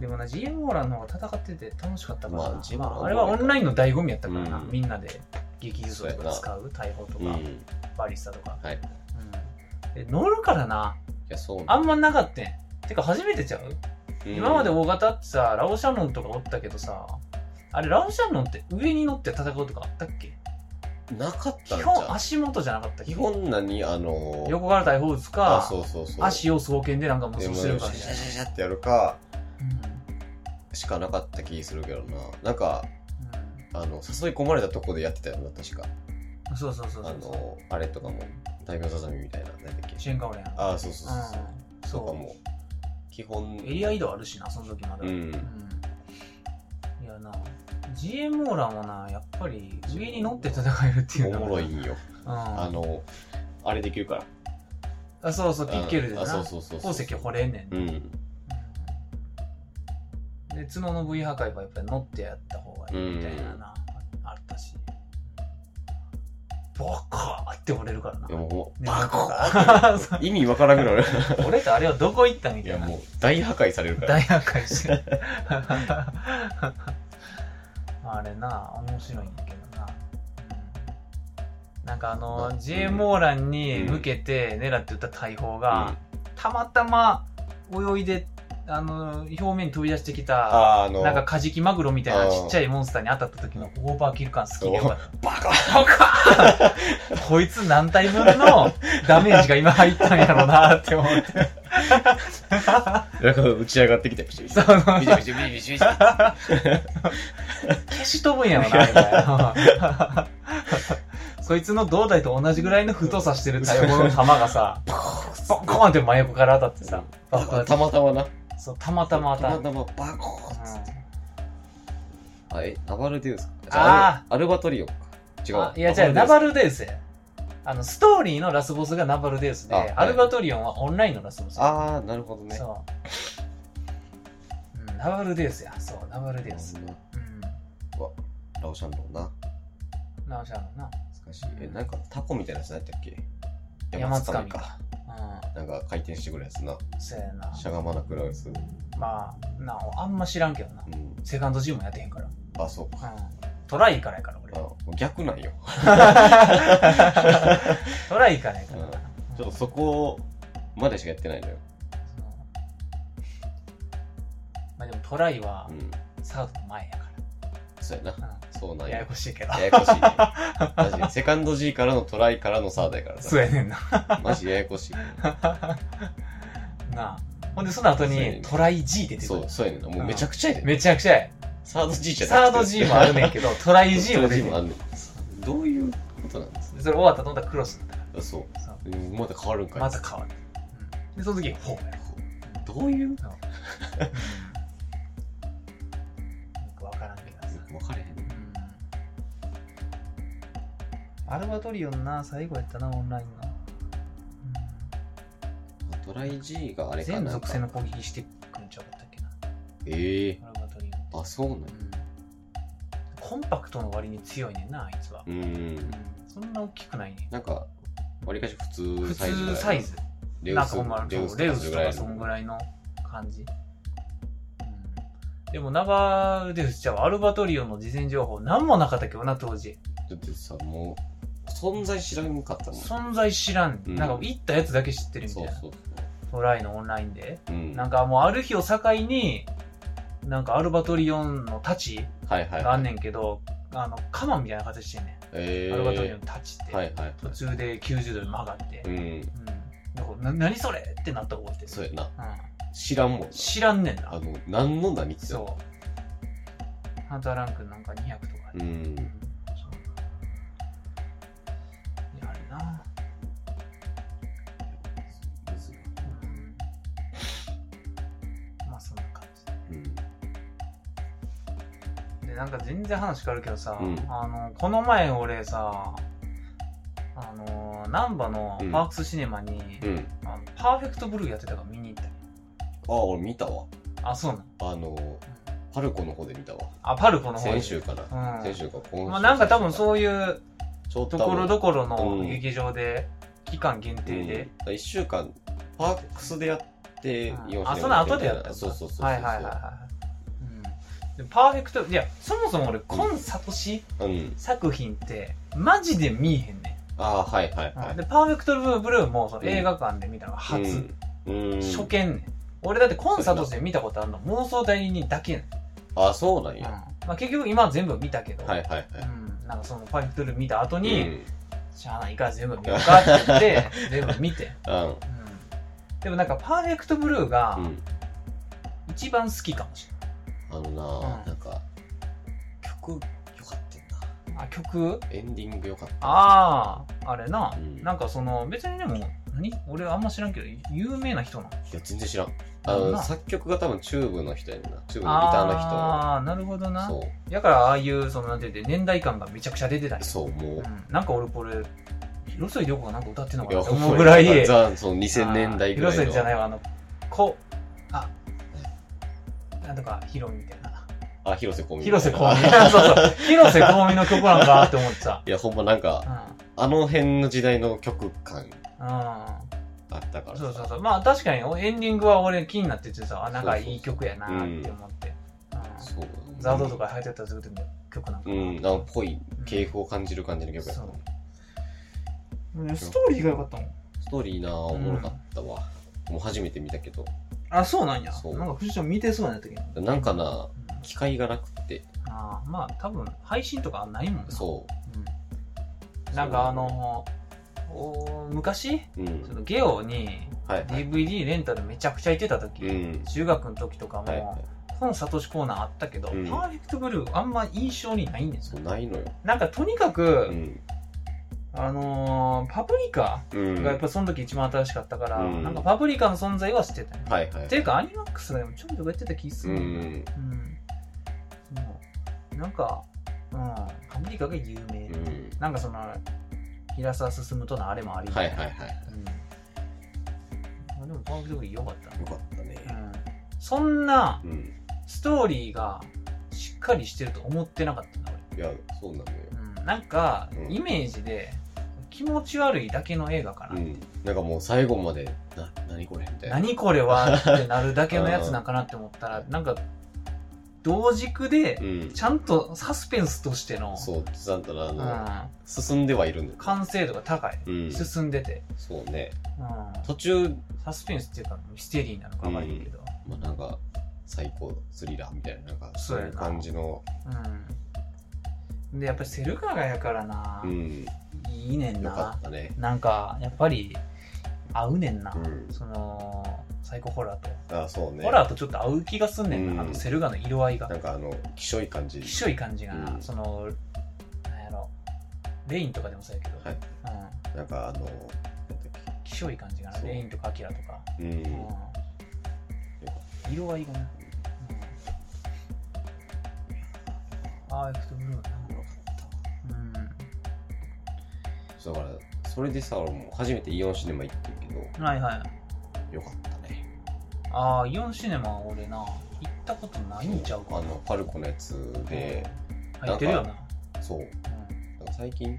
S1: でもな、GM オーランの方が戦ってて楽しかったからな。
S2: まあ GM オーラン
S1: あれはオンラインの醍醐味やったからな。
S2: うん
S1: みんなで激術とか使う、大砲とか、
S2: うん
S1: バリスタとか。
S2: はいい
S1: うんで乗るからな、
S2: やそう
S1: あ
S2: なん
S1: まなかったん。てか初めてちゃう
S2: うん
S1: 今まで大型ってさ、ラオシャノンとかおったけどさ、あれラオシャノンって上に乗って戦うとかあったっけ
S2: なかった
S1: 基
S2: んじ
S1: 本
S2: ゃん
S1: 足元じゃなかったっけ
S2: 基本何あの
S1: 横から大砲打つ
S2: あ
S1: か、
S2: そうそうそう
S1: 足を双剣でなんか無双
S2: でも
S1: す
S2: シ
S1: る
S2: ャ
S1: か
S2: シ
S1: ら
S2: ャ
S1: ね
S2: シャシャってやるかしかなかった気するけどななんかあの誘い込まれたとこでやってたよな確か
S1: うんそうそうそうそ
S2: あ
S1: うそう。
S2: のあれとかも大名ささみみたいななんだっ
S1: シ
S2: け
S1: ェンカオレン。
S2: ああそうそうそうそ
S1: う
S2: う
S1: ん
S2: とか
S1: そ
S2: も基本
S1: う。エリア移動あるしな、その時まだ。
S2: う
S1: うん
S2: ん
S1: いやな、GM オーランはな、やっぱり上に乗って戦えるっていう
S2: お
S1: のが
S2: もろいんよ
S1: うん
S2: あのあれできるから
S1: あそうそう、ピッケルで
S2: あそう
S1: な、
S2: そうそうそう
S1: 鉱石掘れんねん
S2: う
S1: な。
S2: ん
S1: で角の部位破壊はやっぱり乗ってやった方がいいみたいなな、あったしボカーって折れるからな
S2: でももう
S1: ね
S2: バコ
S1: なん か
S2: 意味わからんぐらい
S1: 折れたあれはどこ行ったみ
S2: い
S1: た
S2: や
S1: いな
S2: もう大破壊されるから
S1: 大破壊して るあれな面白いんやけどな、なんかあの
S2: うん
S1: J ・モーランに向けて狙って打った大砲
S2: う
S1: が
S2: ん
S1: たまたま泳いであの表面に飛び出してきた
S2: あーあの
S1: なんかカジキマグロみたい
S2: あ
S1: な
S2: ー
S1: ちっちゃいモンスターに当たった時のオーバーキル感好きでよかっ
S2: バカ
S1: た。バカーこいつ何体分 のダメージが今入ったんやろうなって思って。
S2: なんか打ち上がってきてビシビシ
S1: そ
S2: ビ
S1: の
S2: シビシビシビシビシ
S1: 消し飛ぶんやろな、み たいな。そいつの胴体と同じぐらいの太さしてる大砲の弾がさ、ボンコーンって真横から当たってさ、爆発
S2: たまたまな
S1: そう、たまたま当た
S2: た
S1: る
S2: ま。たまバコーンっつってあえナバルデウスか
S1: あ
S2: アルアルバトリオンか違う
S1: あ
S2: わ
S1: いや、じゃあ、ナバ
S2: ル
S1: ルデウスや。あの、ストーリーのラスボスがナバルデウスで、
S2: あはい
S1: アルバトリオンはオンラインのラスボス
S2: デウス
S1: や。
S2: ああなるほどね
S1: そう。うん、ナバルデウスや。そう、ナバルデウス。
S2: なるほどな
S1: うん。
S2: ラオシャンロンな
S1: なおしゃんな。
S2: 懐かしいえなんかタコみたいなやつ何やったっけ
S1: 山つかみ
S2: み
S1: か。
S2: なんか回転してくるやつな
S1: うん。そうやな。
S2: しゃがまなくなるやつう
S1: まあ、なあ、あんま知らんけどな。
S2: ん
S1: セカンドジムやってへんから。
S2: あそうか
S1: うん。トライ行かないから、 俺。
S2: あ逆なんよ
S1: トライ行かないから。
S2: うんちょっとそこまでしかやってないのよ
S1: そのまあでもトライは
S2: うん
S1: サードの前やか
S2: そうや
S1: ら、
S2: なそう
S1: う
S2: なん
S1: ん、
S2: よ
S1: ややこしいけど
S2: ややこしいね。マジでセカンド G からのトライからのサードやから
S1: そう
S2: さ。
S1: やねんな
S2: マジややこしい。
S1: なあほんでその後
S2: そうやね
S1: に
S2: ん
S1: トライ G 出てく
S2: そ
S1: る
S2: う、そうやねんな。もうめちゃくちゃやねん。
S1: めちゃくちゃや
S2: サード G じゃな
S1: サード G もあるねんけ
S2: け
S1: どトライ
S2: ど
S1: G も出てく
S2: もあ
S1: る
S2: んねん。どういうことなんです
S1: それ終わったと思ったらクロスになったか
S2: かそう
S1: らそ
S2: うん。また変わるんか
S1: う
S2: い。
S1: まず変わる、うん、でその時ほうや
S2: どういうよ
S1: そうよくわからんけどさ
S2: く分かれへん。
S1: うんアルバトリオンな最後やったなオンラインの、
S2: トライ G があ
S1: うん、
S2: れか
S1: 全
S2: なんか
S1: 属性の攻撃してくんちゃうかったっけな
S2: ええ
S1: アルバトリオン
S2: あ、そうなん
S1: う
S2: や
S1: んコンパクトの割に強いねんなあいつは、
S2: う
S1: うん
S2: ん。
S1: そんな大きくないね
S2: なんか、わりかし普
S1: 普
S2: 通サイズぐらい。
S1: 通サイズ
S2: レ
S1: な
S2: ウ
S1: んか
S2: ス
S1: ほんま、
S2: レ
S1: そ
S2: ウ
S1: う
S2: ス
S1: レウスとかそ
S2: そん
S1: ん
S2: ぐ
S1: ぐ
S2: ら
S1: ら
S2: い
S1: いの感じ、うん、でもナバデウスちゃうわアルバトリオンの事前情報何もなかったけどな当時
S2: の。だってさ、もう、存在知らんかったもん。そう
S1: 存在知らん、
S2: うん
S1: なんか行ったやつだけ知ってるみた
S2: そ
S1: いうな
S2: そう。
S1: トライのオンラインで、
S2: うん。
S1: なんかもうある日を境になんかアルバトリオンの太刀
S2: はいはい。
S1: があんねんけど、あのカマンみたいな形してんねん、
S2: えー、
S1: アルバトリオンの太刀って、
S2: はいはいはい。
S1: 途中で90度に曲がって、
S2: う
S1: うん
S2: ん。
S1: なんかな何それってなった覚えてる
S2: そうやな。
S1: うん、
S2: 知らんもんな。
S1: 知らんねん
S2: あ
S1: な
S2: の、何の何って。
S1: そうハンターランクなんか200とか
S2: う。ん。
S1: そういやあれなうんまあそんな感
S2: うん。
S1: じでなんか全然話変わるけどさ、
S2: うん
S1: あのこの前俺さあの難波のパークスシネマに、
S2: うん。
S1: あのパーフェクトブルーやってたから見に行ったよ
S2: あ、俺見たわ。
S1: あそうなん
S2: あの、パルコの方で見たわ。
S1: あパルコの方で
S2: 先週か
S1: う
S2: な。
S1: ん
S2: 先週か、今週。
S1: まあ、なんか多分
S2: う、
S1: そういう
S2: ちょっ
S1: ところどころの
S2: うん
S1: 劇場で期間限定で、
S2: うん。1週間、パークスでやって、
S1: うん
S2: イオンシネマ
S1: あその後でやったんだ
S2: そうそうそうそう。
S1: はいはいはいはい、うん、でパーフェクトいやそもそも俺コンサトシ
S2: うん。
S1: 作品ってマジで見えへんね
S2: あーはいは
S1: ん、
S2: いはい。
S1: でパーフェクトブルーもその
S2: うん
S1: 映画館で見たのが初、
S2: うん。うん。
S1: 初見ねん俺だってコンサートで見たことあるの妄想代理人だけねん、
S2: あ、そうなんや。
S1: まあ、結局今は全部見たけど、
S2: はいはいはい。
S1: うん、なんかそのパーフェクトブルー見た後に、
S2: うん。
S1: しゃあないから全部見ようかって言って 全部見てん、
S2: うん。
S1: うん、でもなんかパーフェクトブルーが
S2: うん。
S1: 一番好きかもしれない
S2: あのな、
S1: うん
S2: なんか、曲、よかった
S1: あ曲
S2: な。エンディングよかった。
S1: あああれな、
S2: うん
S1: なんかその別にでも何俺あんま知らんけど有名な人なの
S2: いや、全然知らん。あ
S1: なん
S2: の、
S1: な
S2: 作曲が多分チューブの人やねんな。チューブのギターの
S1: ああなるほどな
S2: 人。
S1: だからああいうそのなんていうて年代感がめちゃくちゃ出てたり、
S2: そう、そう、もう。
S1: うん、なんか俺これ広末涼子がなんか歌ってんのか
S2: い
S1: な
S2: や
S1: って思うぐらい
S2: ほんまにザ、その2000年代ぐら
S1: あー
S2: いの。
S1: 広末じゃないわあのこあなんとかヒロミみたいな
S2: あ、広瀬香美。
S1: 広瀬香美 そうそう広瀬香美の曲なんかなって思ってた
S2: いや、ほんまなんか、
S1: う
S2: あの辺の時代の曲感
S1: んうん
S2: あったからさ。
S1: そうそうそう。まあ確かにエンディングは俺気になっててさ、あ、なんかいい曲やなって思って。うん
S2: そう。
S1: ザードとか入ってたら作ってみた曲なんか
S2: う
S1: な。
S2: ん、なんかぽい、系譜を感じる感じの曲やった
S1: そうねストーリーが良かったもん。
S2: ストーリーなあおもろかったわ、もう初めて見たけど
S1: あ、そうなんや。
S2: そう
S1: なんか藤ちゃん見てそうやったけど。
S2: なんかな
S1: うん
S2: 機会がなくって
S1: あーまあ、多分、配信とかないもんな。
S2: そ
S1: うんなんかあのーおー昔、
S2: ううん
S1: そのゲオに
S2: はいはい
S1: DVD レンタルめちゃくちゃ行ってた時、
S2: うん
S1: 中学の時とか
S2: はいは
S1: も、本サトシコーナーあったけど、
S2: うん
S1: パーフェクトブルーあんま印象にないんで
S2: い
S1: す
S2: そ
S1: よ
S2: う。ないのよ
S1: なんかとにかく、
S2: うん
S1: あのーパプリカ
S2: うん
S1: がやっぱその時一番新しかったから、
S2: うん
S1: なんかパプリカの存在は知ってたよ、
S2: はいはい
S1: っていうかアニマックスがでもちょいちょいやってた気す
S2: う
S1: るもんな、う
S2: ん
S1: んそうなんか、うん、パプリカが有名、
S2: うん
S1: なんかその平沢進むとのあれもありみた
S2: はい
S1: い
S2: は
S1: ない
S2: はい
S1: うん、あでもパーフェクトブルー良かった
S2: よかったね
S1: な、うん、そんな
S2: うん
S1: ストーリーがしっかりしてると思ってなかったな俺
S2: いやそうなのよ
S1: うんなんか、
S2: うん
S1: イメージで気持ち悪いだけの映画かな、
S2: うんなんかもう最後までな何これみたいな
S1: 何これはってなるだけのやつなんかなって思ったら
S2: うん
S1: なんか同軸で
S2: うん
S1: ちゃんとサスペンスとしての、
S2: そうちゃんとなあ
S1: う
S2: の
S1: ん、
S2: 進んではいるんだよ
S1: 完成度が高い、
S2: うん
S1: 進んでて、
S2: そうね
S1: うん、
S2: 途中
S1: サスペンスっていうかミステリーなのか分かんないけど、
S2: まあなんか最高スリラーみたいななんか
S1: そ
S2: そうう
S1: や
S2: い
S1: な
S2: う感じの
S1: うん、でやっぱりセルガがやからな、
S2: うん
S1: いいねん
S2: よか
S1: な
S2: ったね
S1: なんかやっぱり合うねんな、
S2: うん
S1: そのサイコホラーと、
S2: あそうね
S1: ホラーとちょっと合う気がすんねんな、
S2: うん
S1: あのセルガの色合いが
S2: なんかあのきしょい感じ
S1: きしょい感じがな、
S2: うん
S1: そのなんやろレインとかでもそうやけど、
S2: はい
S1: うん、
S2: なんかあのなんだっ
S1: きしょい感じがな
S2: そう
S1: レインとかアキラとか、
S2: けう
S1: う
S2: ん
S1: ん色合いがな、うん、ああエクトブルーな
S2: そうだからそれでさ俺も初めてイオンシネマ行ってるけ
S1: うんはいはい
S2: どよかったね
S1: ああイオンシネマは俺な行ったことないんちゃうか
S2: あのパルコのやつで
S1: 入ってるよな
S2: そうなんか最近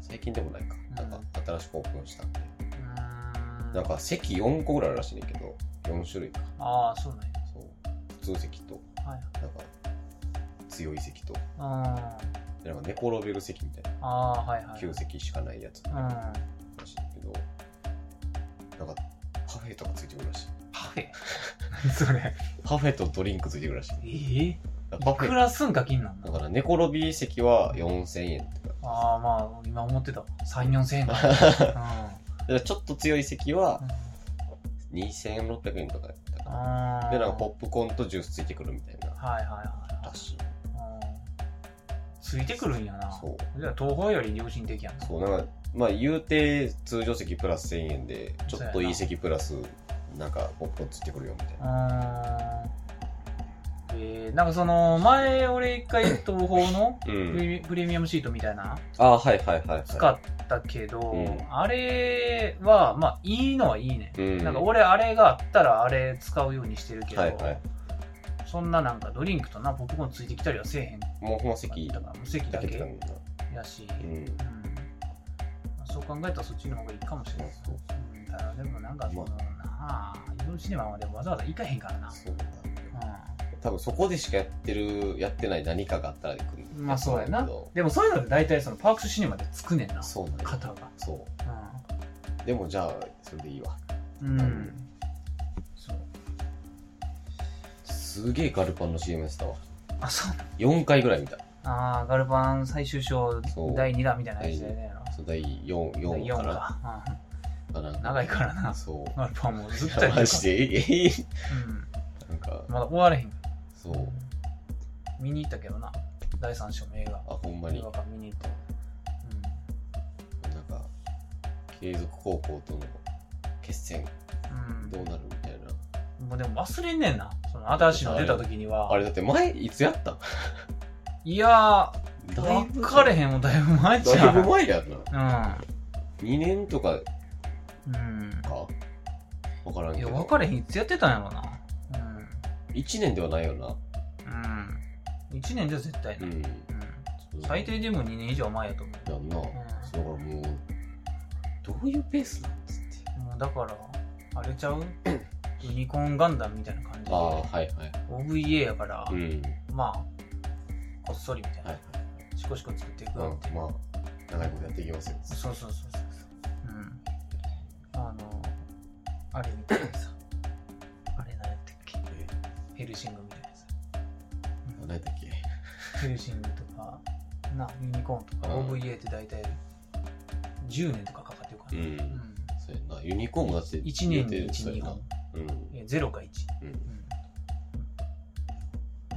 S2: 最近でもないか
S1: ん
S2: なんか新しくオープンしたんで
S1: うんうーん
S2: なんか席4個ぐらいあるらしいねんだけど4種類か
S1: ああそうなんや
S2: そう普通席と
S1: はい
S2: なんか強い席と
S1: あ
S2: でなんか寝転べる席みたいな
S1: あーはいはい
S2: 9席しかないやつ
S1: うん
S2: らしいんだけど、なんかパフェとかついてくるらしい
S1: パフェ何 それ
S2: パフェとドリンクついてくるらしい
S1: ええ
S2: だから
S1: い
S2: パフ
S1: く
S2: ェ
S1: らすんか金なんだ
S2: だから寝転び席は4000円 とか
S1: ああまあ今思ってた34000円だ、
S2: だ
S1: うん
S2: からちょっと強い席は
S1: うん
S2: 2600円とかだったかな
S1: あー
S2: でなんかポップコーンとジュースついてくるみたいな
S1: はいはいはいは
S2: らしい
S1: いうんついてくるんやな
S2: そう
S1: じゃあ東宝より良心的やん
S2: そうなんかまあ言うて通常席プラス1000円でちょっといい席プラスなんかポップコーンついてくるよみたいうな
S1: ーんえー、なんかその前俺一回東宝の
S2: う
S1: プ
S2: ん
S1: レミプレミアムシートみたいな
S2: ああはいはいはい
S1: 使
S2: は
S1: ったけど、
S2: うん
S1: あれはまあいいのはいいね、
S2: いうん
S1: なんか俺あれがあったらあれ使うようにしてるけど、
S2: はいはい
S1: そんななんかドリンクとなポップコーンついてきたりはせえへんか
S2: もうほんま
S1: っ
S2: 席
S1: たから無席だ
S2: だけ
S1: け
S2: だもんな
S1: やし、う
S2: う
S1: ん
S2: ん
S1: まあそう考えたらそっちの方がいいかもしれない
S2: そう
S1: うんただでもなんかその、
S2: ま
S1: なあイオンシネマまでわざわざ行かへんからな、
S2: そうなんだ
S1: うん
S2: 多分そこでしかやってるやってない何かがあったら行くんだ
S1: まあそうやな
S2: けど。
S1: でもそういうのって大体そのパークスシネマでつくねんな。
S2: そうなんだ
S1: 型が。
S2: そうでもじゃあそれでいいわ
S1: うん。
S2: うん
S1: そう。
S2: すげえガルパンの CM やってたわ
S1: あ、そうなん
S2: 4回ぐらい見た
S1: あーガルパン最終章
S2: そう
S1: 第2弾みたいなやつだよね。
S2: そう第 4,
S1: 第
S2: 四
S1: 4
S2: かな
S1: か。
S2: かな
S1: うん長いからな。
S2: そう
S1: ガルパンもずっとやって
S2: マ
S1: る
S2: ジ
S1: か
S2: で ええ
S1: ら。うん。
S2: なんか
S1: まだ終われへん。
S2: そう
S1: 見に行ったけどな。第3章の映画
S2: あ。ほんま
S1: 映
S2: に
S1: 画館見に行った。
S2: なんか継続高校との決戦
S1: うん。
S2: どうなるみたいな
S1: うん。もうでも忘れんねんな。その新しいの出た時には。
S2: あれだって前いつやったん
S1: いやー、
S2: だい
S1: 分
S2: ぶ
S1: かれへんもんだいぶ前じ
S2: だ
S1: ゃ
S2: いぶ前やんな
S1: うん。
S2: 2年とか
S1: うん。
S2: か分からん
S1: い
S2: け
S1: や、
S2: ど
S1: 分かれへん。いつやってたんやろな。
S2: 1年ではないよな
S1: うん。うん。1年じゃ絶対
S2: う
S1: ない。
S2: ん
S1: うん。最低でも2年以上前やと思
S2: やんな、そうだからもうどういうペースなんつって
S1: う。もうだから、あれち ゃうユニコーンガンダムみたいな感じ
S2: ああ
S1: で。
S2: はいはい
S1: OVA やから、
S2: うん
S1: まあ、こっそりみたい
S2: はい
S1: な。シコシコ作っていく
S2: ま
S1: わって
S2: あ
S1: いう。
S2: まあ長いことやっていきますよ
S1: そうそうそうそう。うあれみたいなさ。あれ何やったっけヘルシングみたいなさ。
S2: 何だっけ
S1: ヘルシングとか、な、ユニコーンとか、
S2: うん
S1: OVA って大体10年とかかかってるか
S2: う
S1: ら、
S2: ん、
S1: うん
S2: そうやなユニコーンがだって
S1: 1年
S2: 出
S1: に
S2: て
S1: 1、
S2: る
S1: 2本。
S2: うん
S1: いや0か1。
S2: うん
S1: うん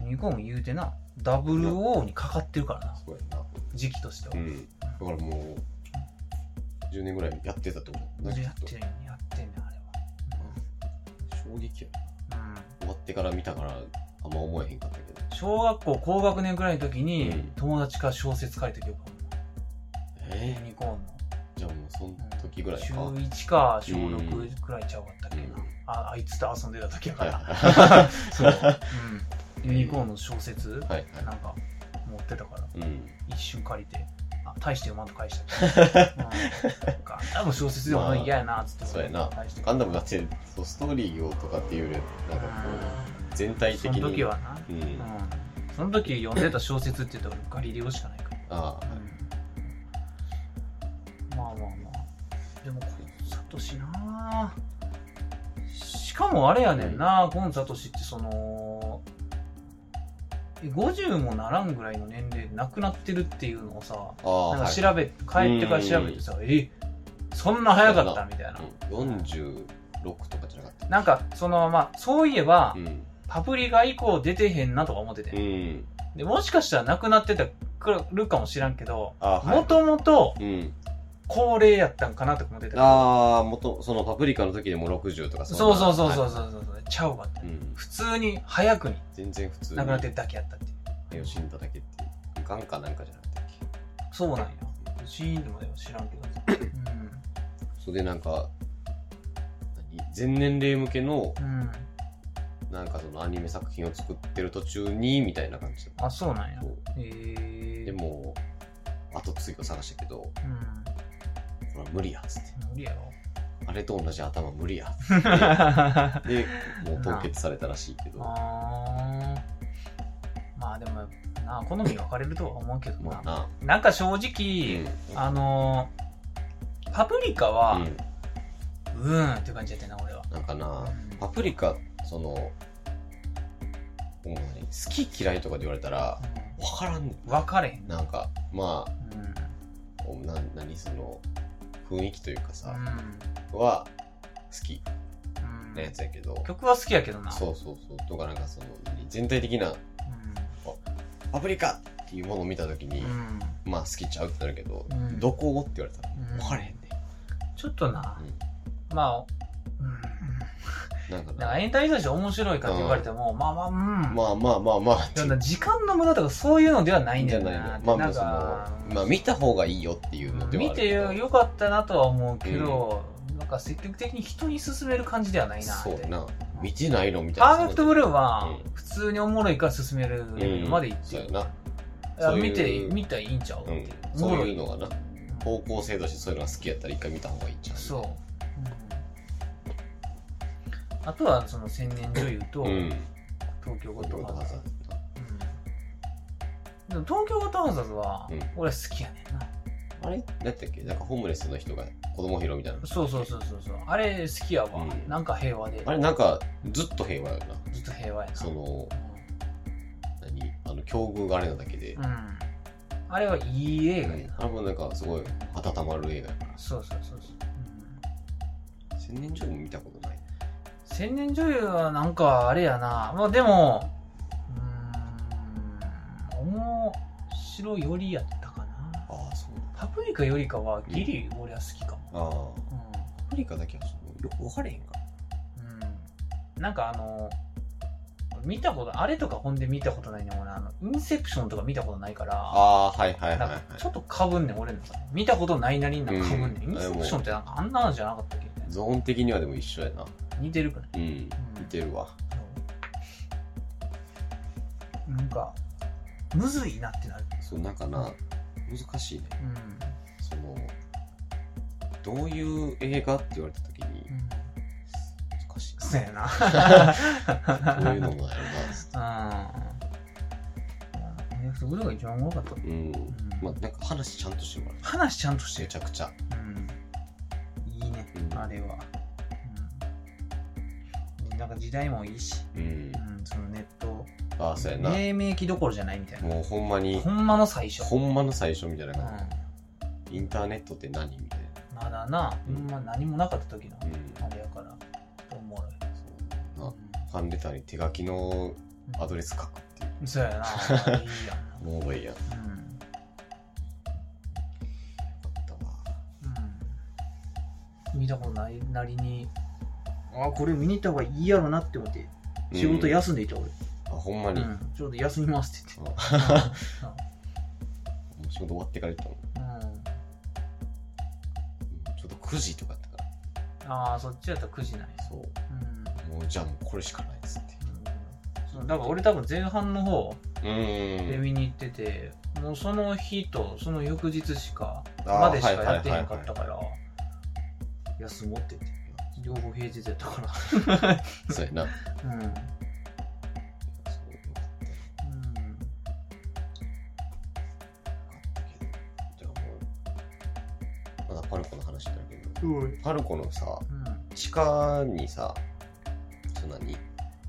S1: ユニコーン言うてな、WO にかかってるからな、
S2: そうやな
S1: 時期としては。
S2: うんだからもう10年ぐらいやってたってこと
S1: や
S2: な
S1: っ
S2: んか
S1: て
S2: ちょっと
S1: るんやってんねんあれ
S2: 衝撃や
S1: は。うん
S2: 終わってから見たからあんま思えへんかったけど
S1: 小学校高学年ぐらいの時に、
S2: うん
S1: 友達から小説書いてきよユ
S2: え
S1: ニコーンの。
S2: じゃあもうその時ぐらい
S1: 週
S2: か、はい
S1: 1か小
S2: うん
S1: 6くらいちゃうかったっけな、
S2: うん
S1: ああいつと遊んでた時やか
S2: はい
S1: ら、
S2: は
S1: そう、 うん、ユニコーンの小説、
S2: いはい
S1: なんか持ってたから
S2: うん
S1: 一瞬借りてあ大して読まんと返 したけど、うん、ガンダム小説でも嫌やなっつって、
S2: そうやな
S1: 返して
S2: ガンダムだってそうストーリーをとかっていうよりなんかこう全体的
S1: そ
S2: に
S1: の時はな、
S2: う
S1: うんん、その時読んでた小説って言ったら俺ガリレオしかないから
S2: ああ
S1: うんまあまあまあでもコンサトシなあしかもあれやねんな、ゴンサトシってそのえ50もならんぐらいの年齢で亡くなってるっていうのをさ
S2: ああ
S1: なんか
S2: はい
S1: 調べ、帰ってから調べてさえそんな早かったみたいな、
S2: うん46とかじゃなかった
S1: なんかそのまあそういえば、
S2: うん
S1: パプリが以降出てへんなとか思ってて、
S2: うん
S1: でもしかしたら亡くなってたくるかもしらんけど
S2: ああはい
S1: もともと
S2: うん
S1: 高齢やったんかなとか思ってたけど
S2: ああ元そのパプリカの時でも60とか
S1: そうそうそうそううそうそう、ちゃうかった、
S2: うん
S1: 普通に早くに
S2: 全然普通に
S1: 亡くなってるだけやったっていう
S2: 目を死んだだけっていう眼かなんかじゃなかったっけ
S1: そうなんやシーンとまでは知らんけどう
S2: それでなんか何全年齢向けの
S1: ん、うん、
S2: なんかそのアニメ作品を作ってる途中にみたいな感じだった
S1: あそうなんや
S2: そう
S1: へえー、
S2: でも後継ぎを探したけどこ
S1: うん
S2: れは無理やっつって
S1: 無理やろ
S2: あれと同じ頭無 理やっつっ
S1: あ
S2: てでもう凍結されたらしいけど
S1: ーまあでもな好み分かれるとは思うけどな
S2: まあ、な
S1: なんか正
S2: う
S1: 直、
S2: ん
S1: あのーパプリカ
S2: う
S1: は
S2: ん
S1: うーんって感じやったな俺は
S2: なんかな
S1: うん
S2: パプリカそのもう何好き嫌いとかで言われたら分からんねん
S1: 分かれへんな、
S2: なんかまあ
S1: うんうん
S2: おな何その雰囲気というかさ、は好き
S1: うん
S2: なやつやけど、
S1: 曲は好きやけどな
S2: そうそうそうとかなんかその全体的なパプリカっていうものを見た時に、
S1: うんうん
S2: まあ好きちゃうってなるけど、
S1: うん
S2: どこをって言われたら
S1: うん
S2: 分からへんね、
S1: ちょっとな、まあ、うん
S2: なんか、
S1: なんか
S2: な
S1: エンタメに対して面白いかって言われても、まあまあ、うん。
S2: まあまあまあまあ
S1: でもな時間の無駄とかそういうのではないん
S2: じ
S1: だ
S2: ゃ
S1: よ
S2: な
S1: な。
S2: いなまあまあ
S1: ん
S2: そ
S1: か
S2: のまあ見た方がいいよっていうのではあ
S1: 見
S2: る
S1: て
S2: けど
S1: よよかったなとは思うけど、なんか積極的に人に勧める感じではないな。
S2: そうな見てないのみたい
S1: パー
S2: な
S1: フェクトブルー
S2: う
S1: は
S2: ん
S1: 普通におもろいから勧めるレベルまでいって
S2: そう
S1: る
S2: や。な、
S1: いや
S2: そう
S1: 見て
S2: い、う
S1: 見たらいいんちゃう
S2: うん
S1: って、お
S2: そ
S1: も
S2: う
S1: ろ
S2: いうのがな方向性としてそういうのが好きやったら一回見た方がいいんちゃう
S1: そう、あとはその千年女優と
S2: うん
S1: 東京ゴ
S2: こ
S1: ッ
S2: と
S1: ドファ
S2: は
S1: ーザ
S2: さ
S1: ーズ、うんでも東京ゴッドファーザーズは
S2: うん
S1: 俺は好きやねんな、
S2: あれ何やったっけなんかホームレスの人が子供拾うみたいな
S1: そうそうそうそうそうあれ好きやわ、
S2: うん
S1: なんか平和で
S2: あれなんかずっと平和やな
S1: ずっと平和やな
S2: その何あの境遇があれなだけで、
S1: うん、うんあれはいい映画やな、
S2: あれもなんかすごい温まる映画やから
S1: そうそうそうそう、うん
S2: 千年女優も見たことない
S1: 千年女優はなんかあれやなまあでもうーん面白よりやったかな
S2: ああそう
S1: パプリカよりかはギリ俺は好きかも、
S2: ああ
S1: う
S2: パプリカだけはそのよく分かれへんか
S1: んうん、なんかあの見たことあれとか本で見たことないねん俺あのインセプションとか見たことないから
S2: ああーはいはいはい
S1: な
S2: は
S1: ん
S2: い
S1: かちょっとかぶんねん俺の中で見たことないなりになんかかぶんねん、
S2: うん
S1: インセプションってなんかあんなのじゃなかったっけみたいな
S2: ゾーン的にはでも一緒やな
S1: 似てるくない
S2: うん
S1: うん
S2: 似てるわ
S1: そうなんかむずいなってなる
S2: そうなんかな難しいね
S1: うん
S2: そのどういう映画って言われた時に
S1: うん
S2: 難しい
S1: そうやな。
S2: な どういうのもやろな
S1: うん。約束とが一番おもろかった。
S2: うんまあなんか話ちゃんとしてもらう
S1: 話ちゃんとして
S2: め
S1: る。
S2: ちゃくちゃ
S1: うん。いいね
S2: う、ん
S1: あれは。なんか時代もいいし、
S2: うん
S1: うん、そのネット
S2: ああそうやな、
S1: 黎明期どころじゃないみたいな
S2: もうほんまに
S1: ほんまの最初、
S2: ほんまの最初みたいな
S1: う
S2: 感じ、インターネットって何みたい
S1: んまだなほんま何もなかった時の
S2: なうん
S1: あれやからおもろい
S2: そうな
S1: う
S2: ファンレターに手書きの
S1: ん
S2: アドレス書くってい
S1: うんそう やないいや
S2: うもういいやんよ
S1: んなうん
S2: かったわ
S1: うん見たことないなりにあこれ見に行った方がいいやろなって思って仕事
S2: うん
S1: 休んでいた俺、
S2: あほんま
S1: う
S2: に、
S1: んちょうど休みますって言って
S2: あもう仕事終わってから行ったの、
S1: うんうん
S2: うんちょっと9時とかだったから
S1: ああそっちやったら9時なんや
S2: そう
S1: うん
S2: もうじゃあもうこれしかないっつって
S1: そうだから俺多分前半の方
S2: う
S1: で
S2: ーん
S1: 見に行ってて、もうその日とその翌日しか
S2: あー
S1: までしか
S2: はいはい
S1: や
S2: はいはい
S1: ってへんかったから休もうって言って両方平日やったか
S2: そうやなそう
S1: らうん、うん、
S2: よかったけどじゃあもうまだパルコの話になるけど
S1: すごい
S2: パルコのさ
S1: うん
S2: 地下にさそんなに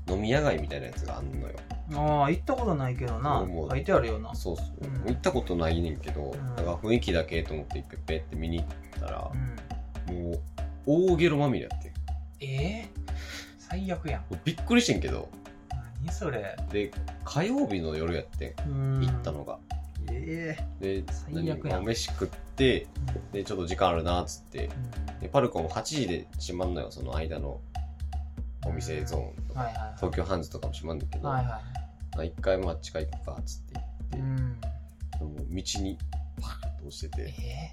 S2: 飲み屋街みたいなやつがあんのよ
S1: ああ行ったことないけどな
S2: 俺も
S1: 書いてあるよな
S2: そうそ
S1: う
S2: う、
S1: ん
S2: 行ったことないねんけど、
S1: ん
S2: だから雰囲気だけと思っていっぺっぺって見に行ったら
S1: う、ん
S2: もう大ゲロまみれやって
S1: ええ最悪やん
S2: もうびっくりしてんけど
S1: 何それ
S2: で火曜日の夜やって
S1: うん
S2: 行ったのが、
S1: ええ
S2: で
S1: 最悪
S2: 何
S1: やん
S2: まあ飯食ってでちょっと時間あるなっつってでパルコも8時で閉まんのよその間のお店ゾーンと
S1: うん
S2: か、
S1: はいはい
S2: 東京ハンズとかも閉まんだけど、
S1: はいは
S2: まあ一回まあ近いかっつって
S1: いうん
S2: もう道にパーンと落ちて
S1: え
S2: て
S1: え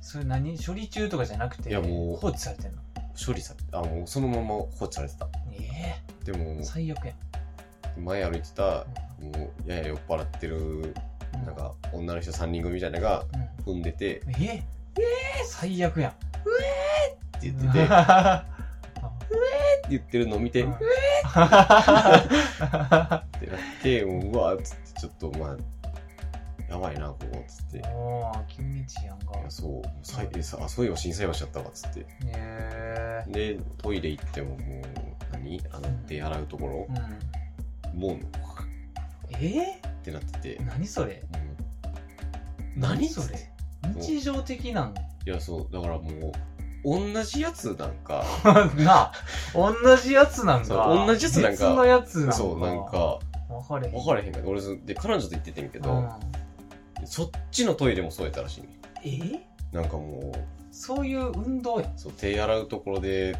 S1: それ何処理中とかじゃなくて
S2: いやもう
S1: 放置されてんの
S2: 処理されてあもうそのまま放置されてた
S1: え
S2: でも
S1: え
S2: もう
S1: 最悪やん
S2: 前歩いてたもうやや酔っ払ってる
S1: うん
S2: なんか女の人3人組みたいなのが
S1: うん
S2: 踏んでてって
S1: ええええ最悪やんって
S2: 言っ ててって 言ってるのを見てうわってなってもううわっつってちょっとまあやばいなここっつってい
S1: おお急に治安が
S2: やそうさいえさあそういえば震災橋だったわっつって
S1: ええ
S2: でトイレ行ってももう何あの手洗うところ
S1: うん
S2: もう
S1: ええ
S2: ってなってて
S1: 何それ
S2: もう何
S1: それ日常的なの
S2: いやそうだからもう同じやつなんか
S1: なあ同じやつなん
S2: そ
S1: か
S2: う同じやつなんか
S1: 別のやつなんか
S2: そうなんか
S1: 分かれへん
S2: 分からへんかった俺そで彼女と行っててんけ
S1: う
S2: ど
S1: ん
S2: そっちのトイレもそうやったらしいね
S1: ええ
S2: なんかも
S1: そういう運動やん
S2: うそう手洗うところで
S1: うん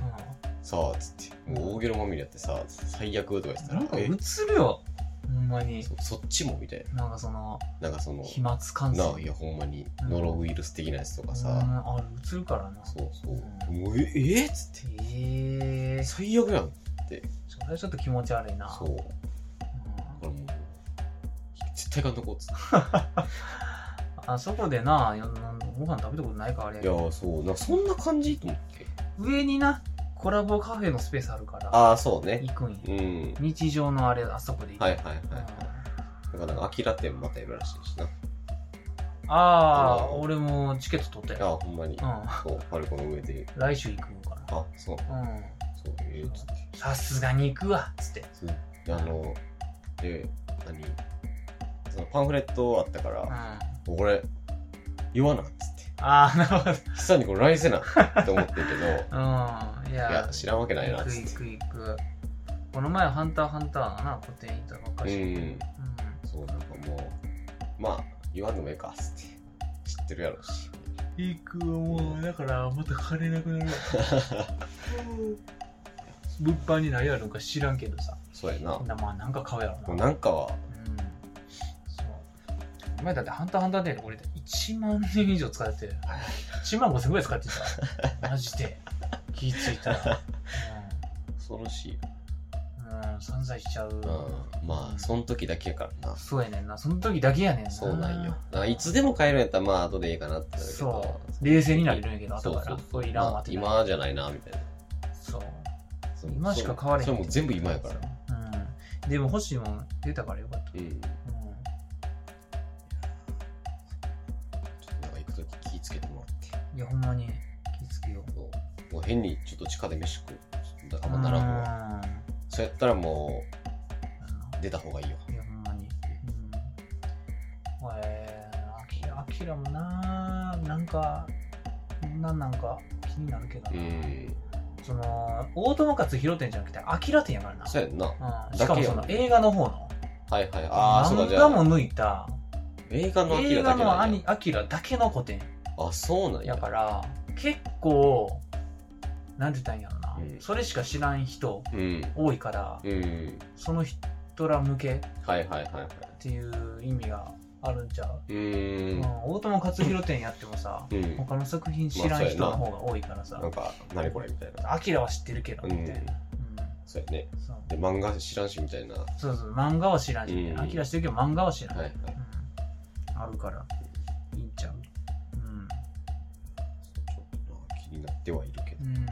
S2: さあつってもう大ゲロまみれやってさ最悪とか言ってた
S1: な
S2: ら
S1: んか
S2: え
S1: 映るよほんまに
S2: そそっちもみたい
S1: なんかその
S2: ななんかその
S1: 飛沫感染
S2: なあいやほんまにノロウイルス的なやつとか
S1: うん
S2: さ、
S1: あれ映るからな
S2: そうそううもうええっつって
S1: ええ
S2: 最悪やん
S1: それはちょっと気持ち悪いな
S2: そうだからもう絶対かんとこうっつっ
S1: うんあそこでなよなんご飯食べたことないからあれや
S2: て
S1: け
S2: い
S1: ど
S2: やそうなんかそんな感じと思って
S1: 上になコラボカフェのスペースあるから
S2: ああそうね
S1: 行くんや
S2: うん
S1: 日常のあれあそこで行く、
S2: はい
S1: い
S2: はいはいだからなんかアキラ店またやるらしいしな
S1: あ
S2: あ
S1: あ
S2: の
S1: 俺もチケット取った
S2: あ
S1: よ、
S2: ほんまに
S1: う
S2: そうパルコの上で
S1: ん、来週行くんか
S2: あそう
S1: なうん
S2: そうええっつって
S1: さすがに行くわっつって
S2: そうであので何そのパンフレットあったか
S1: うん
S2: ら
S1: あ
S2: 「もうこれ言わな」っつって
S1: あなるほど
S2: 久々にこれ来世なって 思ってるけど
S1: うんい
S2: い
S1: や
S2: や知らんわけないな
S1: 行
S2: っ
S1: く
S2: つっ
S1: 行
S2: て
S1: く行くこの前ハンターハンターがな個展行ったばっか
S2: う
S1: し、うん
S2: んそうなんかもうまあ言わんでもええかっつって知ってるやろうし
S1: 行くはもうだからまた金なくなる わ物販に何やるのか知らんけどさ
S2: そうやなも
S1: なまあなんか買うやろ
S2: う
S1: な
S2: なんかは
S1: うんそうお前だってハンターハンターで俺1万円以上使ってて1万5千ぐらい使ってたマジで気ぃついたら
S2: 恐ろしい
S1: うん、うん、散財しちゃう、
S2: うんまあその時だけやからな
S1: そうやねんなその時だけやねんな
S2: そうなんよだからいつでも買えるんやったらまあ後でええかなってなるけど
S1: そう冷静になれるんやけど
S2: そう
S1: 後
S2: そ
S1: から
S2: うそう
S1: これいらん
S2: ま
S1: わ
S2: あ
S1: ってなる
S2: 今じゃないなみたいな
S1: そう
S2: そう
S1: 今しか買われへん
S2: それもう全部今やから
S1: うんでも欲しいもん出たからよかった
S2: うんちょ
S1: うん
S2: っとなんか行く時気ぃつけてもらって
S1: いやほんまに気ぃつけよう
S2: そうもう変にちょっと地下で飯食うったらあんまならんわ
S1: うん
S2: そうやったらも
S1: あの
S2: う出た方がいいよ
S1: いや、ほんまに。うん。えー、アキラ、アキラもな、なんか、なんなんか気になるけど
S2: う
S1: な。
S2: ん
S1: その、大友克洋店じゃなくて、アキラ店やからな。
S2: そうやんな
S1: うん、しかもその
S2: だけや
S1: 映画の方の。
S2: はいはいああそうか
S1: 漫
S2: じゃ
S1: 画も
S2: あ
S1: 抜いた、
S2: 映画のアキ
S1: 映
S2: ラ
S1: 画
S2: だけ
S1: の
S2: な
S1: ア
S2: んや
S1: ニアキラだけの古典
S2: あそうなんや
S1: やから、結構、なんて言ったんやろな、
S2: うん
S1: それしか知らん人
S2: うん
S1: 多いから、
S2: うん
S1: その人ら向けっ
S2: はいはいはいはい
S1: ていう意味があるんちゃう
S2: う
S1: う
S2: ー
S1: ん
S2: ん、
S1: 大友克洋展やってもさ
S2: うん
S1: 他の作品知らん人の方が多いからさ
S2: なんか何これみたい
S1: 「
S2: な
S1: アキラは知ってるけど」
S2: う
S1: みたい
S2: ん
S1: な、
S2: そうやね
S1: うんそう
S2: で漫画知らんしみたいなは
S1: そうそう漫画は知らんしみたいな「
S2: うん
S1: アキラ知ってるけど漫画は知らん」
S2: いはい
S1: うんあるからいいんちゃううん、
S2: ちょっとまあ気になってはいるけ
S1: うん、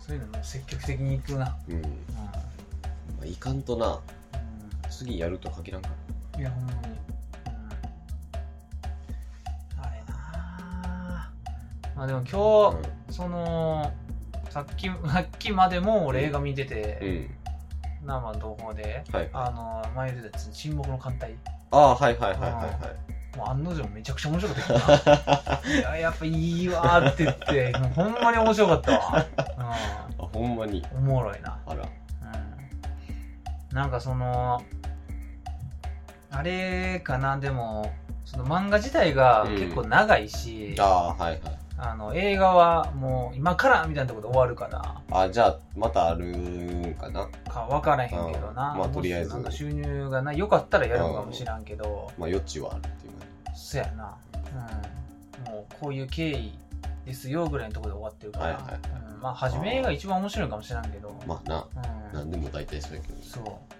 S1: そういうのも積極的に行くな
S2: どうん
S1: うん、
S2: まあいかんとな
S1: うん
S2: 次やると限らんから
S1: いや、ほんまに。うん、あれなぁ。まあでも今日、その、さっき、さっきまでも俺映画見て
S2: う
S1: て、
S2: ん
S1: 生の同胞で、
S2: はい
S1: あの、前言ってたやつ、沈黙の艦隊。
S2: ああーはいはいはいはいはい
S1: もう案の定めちゃくちゃ面白かったよな。い や、やっぱいいわーって言って、もうほんまに面白かったわ。
S2: あほんまに
S1: うん、おもろいな。
S2: あら
S1: うんなんかそのあれかなでもその漫画自体が
S2: うん
S1: 結構長いし、
S2: ああーはいはい
S1: あの映画はもう今からみたいなところで終わるか
S2: あじゃあまたあるんかな
S1: らか分からへんけどな、
S2: うんまあとりあえず
S1: もしなんか収入がな良かったらやるのかもしらんけど、
S2: まあ余地はあるっていう感
S1: そやな、うん、もうこういう経緯ですよぐらいのところで終わってるから、
S2: はいはいはい
S1: うんまあ初め映画一番面白いかもしらんけど、
S2: じまあな
S1: うん
S2: 何でも大体そうやけど
S1: そう。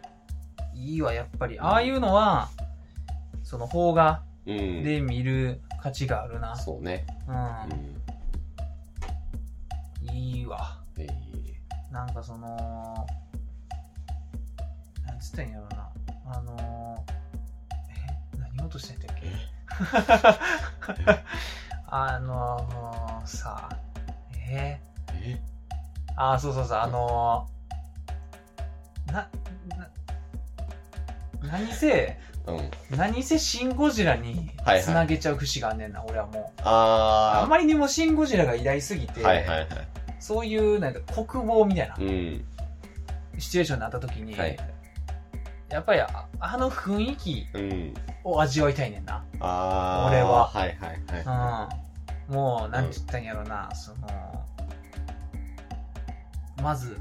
S1: いいわ、やっぱり。ああいうのは、その邦画
S2: うん
S1: で見る価値があるな。
S2: そうねうん
S1: うん。いいわ。
S2: えー
S1: なんかその、なんつったんやろな。あのー、え何言おうとしてんだっけ あのー、さ、え
S2: え
S1: ー、あー、そうそうそう、あのー、な、な、何せ、
S2: うん
S1: 何せシン・ゴジラに
S2: はいはい
S1: つなげちゃう節があんねんな、俺はもう。あ
S2: あ
S1: まりにもシン・ゴジラが偉大すぎ
S2: あ
S1: て、
S2: はいはいはい
S1: そういうなんか国防みたいな
S2: うん
S1: シチュエーションになった時に、
S2: はい
S1: やっぱりああの雰囲気
S2: うん
S1: を味わいたいねんな。
S2: ああ
S1: 俺は
S2: はいはいはい
S1: うん。もう、なんて言ったんやろな、その、まず、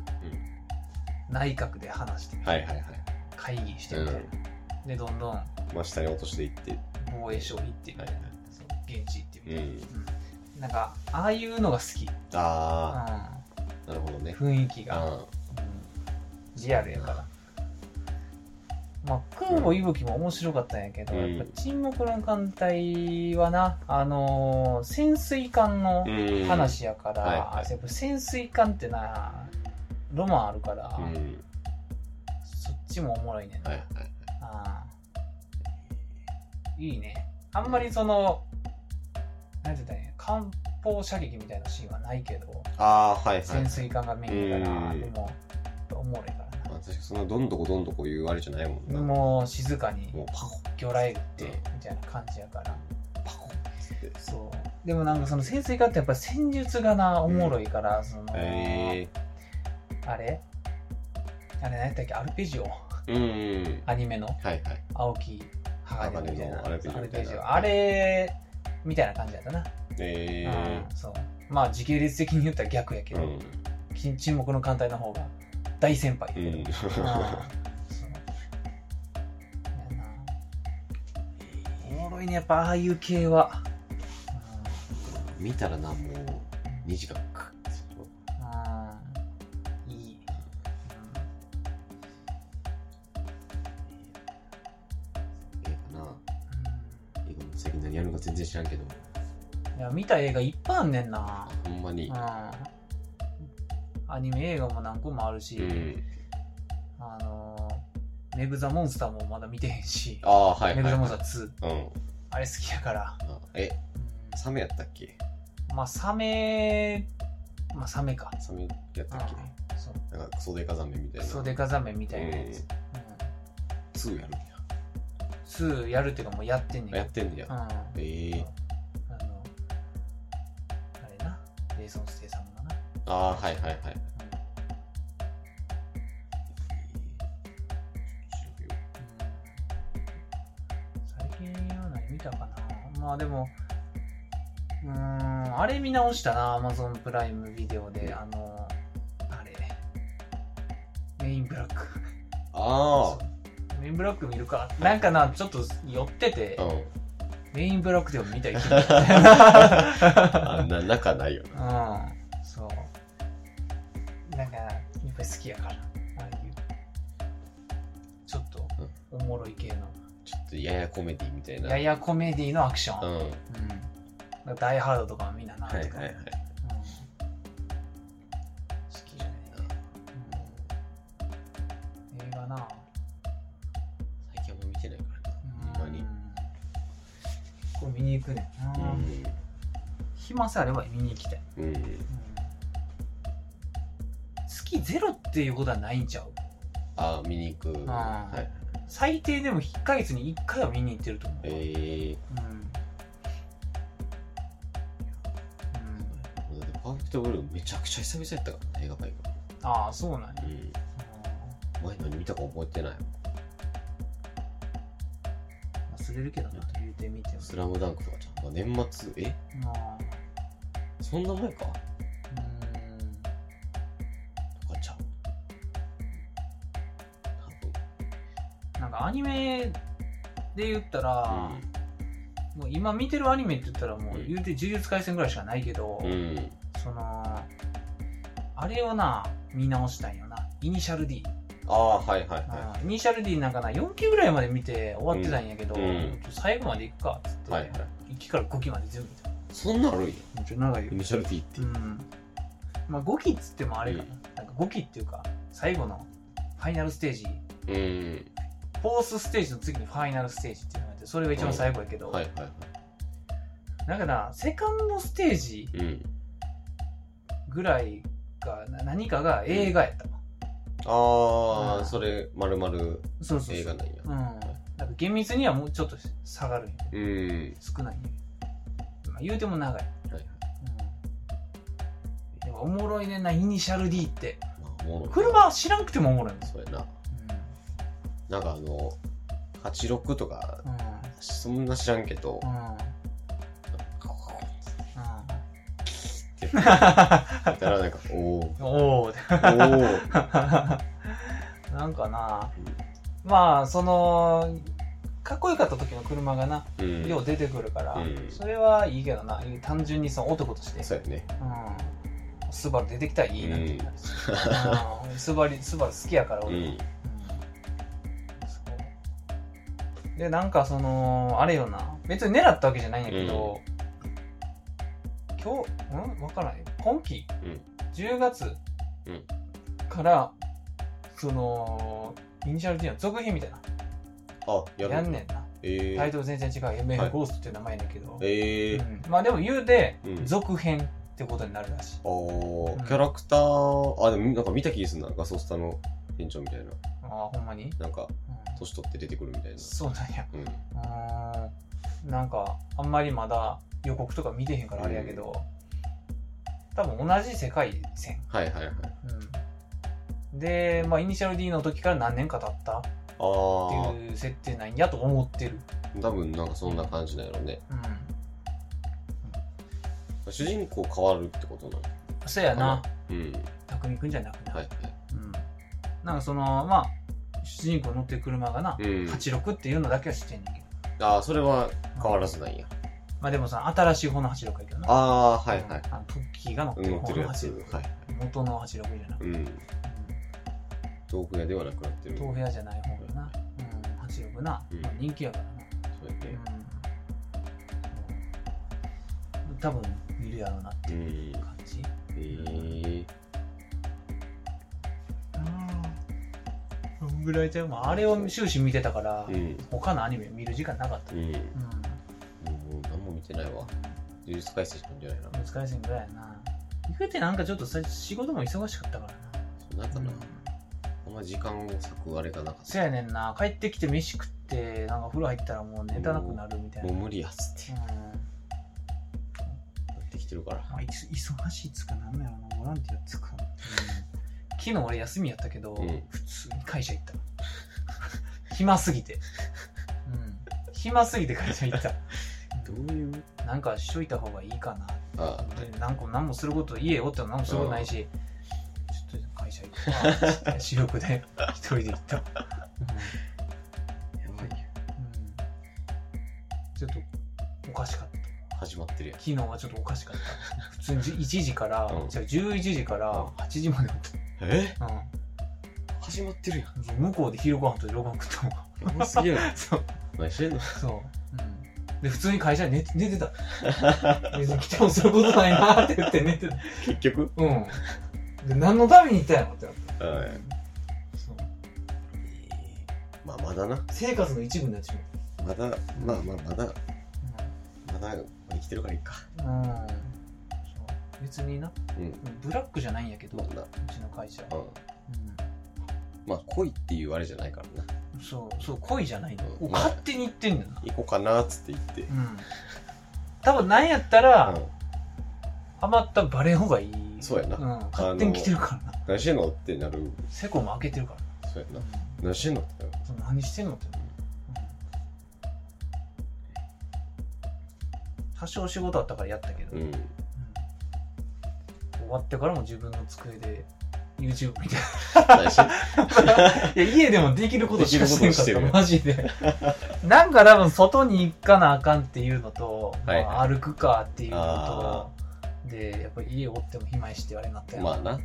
S1: 内閣で話して、
S2: はいはいはい
S1: 会議して
S2: う
S1: み
S2: ん
S1: て、で、どんどん
S2: まあ下に落としていって
S1: 防衛省行ってみたいな、
S2: はいはい
S1: そう現地行ってみたいな。
S2: うん
S1: うんなんか、ああいうのが好き。
S2: あ
S1: うん
S2: あなるほどね
S1: 雰囲気が、
S2: あ
S1: うんリアルやから、まあ空母息吹も面白かったんやけど、
S2: うん
S1: やっぱ沈黙の艦隊はなあのー潜水艦の
S2: あうん
S1: 話やから、
S2: はいはい
S1: やっぱ潜水艦ってなロマンあるから、
S2: うん
S1: そっちもおもろいねんな、
S2: はいはい
S1: あーいいねあんまりそのなんて言ったらいいんや艦砲射撃みたいなシーンはないけど
S2: ああはいはい
S1: 潜水艦がメインだから、
S2: うん
S1: でもやっぱおもろいからな
S2: まあ確かにそんなどんどこどんどこ言うあれじゃないもんな
S1: もう静かに
S2: もうパコ
S1: 魚雷打って
S2: うん
S1: みたいな感じやから
S2: パコッつって
S1: そうでもなんかその潜水艦ってやっぱ戦術がなおもろいから、その、
S2: え
S1: あれあれ何やったっけアルペジオ
S2: ーうん
S1: アニメの
S2: はいはい
S1: 青木鋼みたいな
S2: 鋼のアルペジオ
S1: アル
S2: み
S1: ペ
S2: たいな
S1: ジオあれみたいな感じやったな、
S2: えー
S1: うん、そうまあ時系列的に言ったら逆やけ
S2: う
S1: ど、
S2: ん
S1: 沈沈黙の艦隊の方が大先輩やけ
S2: う
S1: ど、
S2: ん
S1: おもろいねやっぱああいう系は
S2: 見たらなもう2時間か
S1: うんうんいい
S2: ええかな映画の最近何やるのか全然知らんけど
S1: うんいや見た映画いっぱいあんねんな
S2: ほんま
S1: う
S2: に
S1: んアニメ映画も何個もあるし、
S2: うん
S1: あのーねぶザモンスターもまだ見てへんし、
S2: ああはい
S1: ねぶ
S2: はい
S1: ザモン
S2: は
S1: スター2
S2: いうん
S1: あれ好きやから、
S2: あえ
S1: うん
S2: サメやったっけ
S1: まあサメまああサメか
S2: サメやったっ
S1: うんそう
S2: けなんかクソデカザメみたい
S1: ク
S2: な。
S1: ソデカザメみたいなやつ、
S2: うんツーやるんや。
S1: うん、2やるっていうかもうやってんねんけ
S2: あや
S1: ど
S2: ってんねや。
S1: うん
S2: ええ。
S1: あのあれなレイソン・ステイさんがな、
S2: ああー、はいはいはい。
S1: うん最近は何見たかなまあでもうーんあれ見直したな Amazon プライムビデオであのあれメインブラック
S2: あ
S1: メインブラック見るかなんかなちょっと寄ってて
S2: あ、うん。
S1: メインブラックでも見たい気 分
S2: あ んな仲ないよな。
S1: うんそうなんかやっぱり好きやからああいうちょっとおもろい系の
S2: ちょっとややコメディみたいな。
S1: ややコメディのアクション
S2: うん。は
S1: う
S2: い
S1: ん、だからダイハードとかはみんななんと
S2: はい
S1: か、
S2: はい。
S1: うん、好きじゃねえ、うん、映画な
S2: 最近あんま見てないからな。ほんまに。
S1: これ見に行くねんな、暇さえあれば見に行きたい、
S2: うん。うん。
S1: 好きゼロっていうことはないんちゃう
S2: ああ、見に行く。
S1: あ
S2: は
S1: ー
S2: い。
S1: 最低でも1ヶ月に1回は見に行ってると思う、
S2: ええ。
S1: うんうん、
S2: だってパーフェクトブルーめちゃくちゃ久々やったからね、映画館行く
S1: ああそうなんや
S2: の。うん。前何見たか覚えてない。
S1: うん忘れるけどな言うてみても
S2: スラムダンクとかちゃんと年末、え
S1: まあ
S2: そんな前か
S1: うん
S2: とかちゃう。多分。
S1: なんかアニメで言ったら、もう今見てるアニメって言ったらもう言うて呪術廻戦ぐらいしかないけど、
S2: うん。
S1: そのあれをな見直したんよなイニシャル D、
S2: ああ、はいはいは
S1: うんイニシャル D なんかな4期ぐらいまで見て終わってたんやけど、
S2: うんうん
S1: 最後までいくかっつって、
S2: い。はいはい。
S1: 1期から5期まで全部見た
S2: そんなんあるんや。
S1: めっちゃ長いよ
S2: イニシャル D って
S1: う。んまあ5期っつってもあれかな,、
S2: う
S1: なんか5期っていうか最後のファイナルステージ
S2: うん。
S1: フォースステージの次にファイナルステージっていうのがあってそれが一番最後やけど、
S2: はいはいは
S1: だからセカンドステージ
S2: い。うん。
S1: ぐらいがな何かが映画やったわ、
S2: あ
S1: う
S2: あ、
S1: ん
S2: それ、まるまる
S1: そうそう
S2: 映
S1: そ
S2: 画
S1: う
S2: なんや。
S1: うんなんか厳密にはもうちょっと下がるんやけ
S2: うん。
S1: ど少ないんやけど、まあ、言うても長い、
S2: はいはい。
S1: うん、でもおもろいねんなイニシャル D って
S2: まあ、もう
S1: 車知らんくてもおもろいもん
S2: そうやな。なんかあの、86とか、
S1: うんうん
S2: そんな知らんけど、
S1: うんうん
S2: って言ったらなんか、お ー、
S1: おお
S2: おー、
S1: なんかなまあそのかっこよかった時の車がな
S2: うん。
S1: よう出てくるから、
S2: うん
S1: それはいいけどな単純にその男として
S2: そうやね。
S1: うん、スバル出てきたらいいなって言ったんですよ、うん、スバルスバル好きやから
S2: う
S1: 俺、うん
S2: ん。
S1: そうでなんかそのあれよな別に狙ったわけじゃないんやけど、今日うん分からない今期、
S2: うん
S1: 10月
S2: うん
S1: から、そのイニシャル D の続編みたいな
S2: あ、や
S1: や
S2: る
S1: んねんな
S2: え
S1: タイ
S2: ー、
S1: トル全然違う MF ゴーストっていう名前やねんけど、
S2: え
S1: う
S2: ー、
S1: んまあでも言うて、
S2: うん
S1: 続編ってことになるらしい、
S2: お
S1: うん
S2: ー、キャラクター、あ、でもなんか見た気がするな、ガソスタの店長みたいな。
S1: ああほんまに、
S2: なんか、
S1: う
S2: 年取って出てくるみたい
S1: ん、
S2: な。
S1: そうなんや
S2: うん。
S1: うーんなんかあんまりまだ予告とか見てへんからあれやけど、多分同じ世界線、
S2: はいはいはい。
S1: うん、で、まあ、イニシャル D の時から何年か経ったっ
S2: あー
S1: て、いう設定なんやと思ってる、
S2: 多分なんかそんな感じなんやろね。
S1: うん、
S2: 主人公変わるってことなの
S1: そうやな
S2: うん。
S1: 匠くんじゃなくて、
S2: はいはい。
S1: うん、なんかそのまあ主人公乗ってる車がな、
S2: うん。
S1: 86っていうのだけは知ってんねんけど
S2: あー、それは変わらずなんや。
S1: まあでもさ、新しい方の86やけどな。
S2: あー、はいはい。
S1: あのトッキーが乗ってる
S2: 乗って
S1: 方
S2: る
S1: の
S2: やつ
S1: 86。。
S2: はい。
S1: 元の86じゃなくて、
S2: うん。豆腐屋ではなくなってる。
S1: 豆腐屋じゃない方がな。うん、86な。
S2: うん
S1: まあ人気やからな。
S2: そうやね。
S1: うん。多分見るやろうなって
S2: う。
S1: いうん感じ。
S2: えー、
S1: うん。ぐらいちゃうまああれを終始見てたから、
S2: うん。
S1: 他のアニメ見る時間なかった。
S2: うん。
S1: うん。
S2: もう何も見てないわ。呪術改正しか見てないな。
S1: 難しいぐらいやな。言うてなんかちょっとさ仕事も忙しかったから
S2: そうなんか
S1: な、
S2: な
S1: うん、
S2: あんま時間を割くあれがなかった
S1: そやねんな帰ってきて飯食ってなんか風呂入ったらもう寝たなくなるみたいな
S2: も
S1: う
S2: うん無理やっつってなってきてるから
S1: まあ、いつ忙しいっつうかなんやろなボランティアっつうか、昨日俺休みやったけど、
S2: うん
S1: 普通に会社行った 暇すぎて、うん、暇すぎて会社行 った
S2: どういう
S1: なんかしといた方がいいかな
S2: あ
S1: でなんか何もすること家おっても何もすることないし、ちょっと会社行くわつって 私服で一人で行った、
S2: あやばいよ
S1: うんちょっとおかしかった
S2: 始まってるやん
S1: 昨日はちょっとおかしかった普通に1時 から、
S2: うん
S1: じゃあ11時から
S2: うん
S1: 8時までおっ
S2: え
S1: た、うん
S2: 始まってるや
S1: 向こうで昼ご飯と夜ご飯食ったも ん
S2: んやばすぎや ろ
S1: そう
S2: 何してんの
S1: そう、うん、で普通に会社で寝て 寝てた別に来てもすることないなって言って寝てた
S2: 結局
S1: うんで何のために行ったんやろってなった
S2: はい
S1: そう
S2: まあまだな
S1: 生活の一部になってしま
S2: まだまあまあまだ
S1: う
S2: まだ生きてるからいいか
S1: うん、うんそう別にな
S2: うん
S1: ブラックじゃないんやけど
S2: ま
S1: う
S2: あな
S1: ちの会社、
S2: うん
S1: う、
S2: まあ恋っていうあれじゃないからなん
S1: そうそう恋じゃないの、
S2: うん
S1: 勝手に言ってんだよな
S2: 行こうかなっつって言って
S1: うん多分なんやったら、
S2: うん
S1: ハマったらバレん方がいい、
S2: そうやなん
S1: 勝手に来てるからな
S2: 何してんのってなる
S1: セコも開けてるから
S2: そうや
S1: な、
S2: な何してんのってなる
S1: そう何してんのってなる、うん、多少仕事あったからやったけど、
S2: うん
S1: うん終わってからも自分の机で YouTube みたい
S2: 何してんの
S1: ないや家でもできることしかしてんかっ
S2: できる
S1: た
S2: こと
S1: マジでなんか多分外に行かなあかんっていうのと、
S2: はい
S1: まあ歩くかっていうの
S2: あ
S1: とでやっぱり家おっても暇やしってあれになったよ、
S2: まあな
S1: うん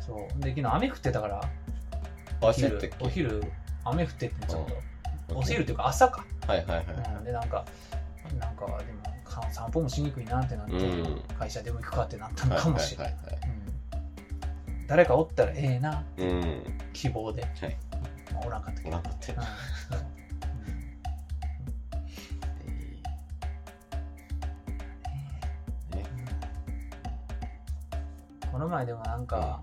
S1: そうで昨日雨降ってたから
S2: あ
S1: お
S2: そうやっ
S1: 昼
S2: たっけ
S1: お昼雨降っててちょっと、
S2: うん
S1: お昼っていうか朝か、
S2: はいはいはい
S1: うん、でなんかなんかでもか散歩もしにくいなってなって、
S2: うん
S1: 会社でも行くかってなったのかもしれない、
S2: はいはいはい
S1: うん、誰かおったらええな
S2: はいうん
S1: 希望で、
S2: い
S1: まあ、おらんかったけ
S2: お
S1: ど、
S2: らんかったよ
S1: うんそううんうんこの前でもなんか、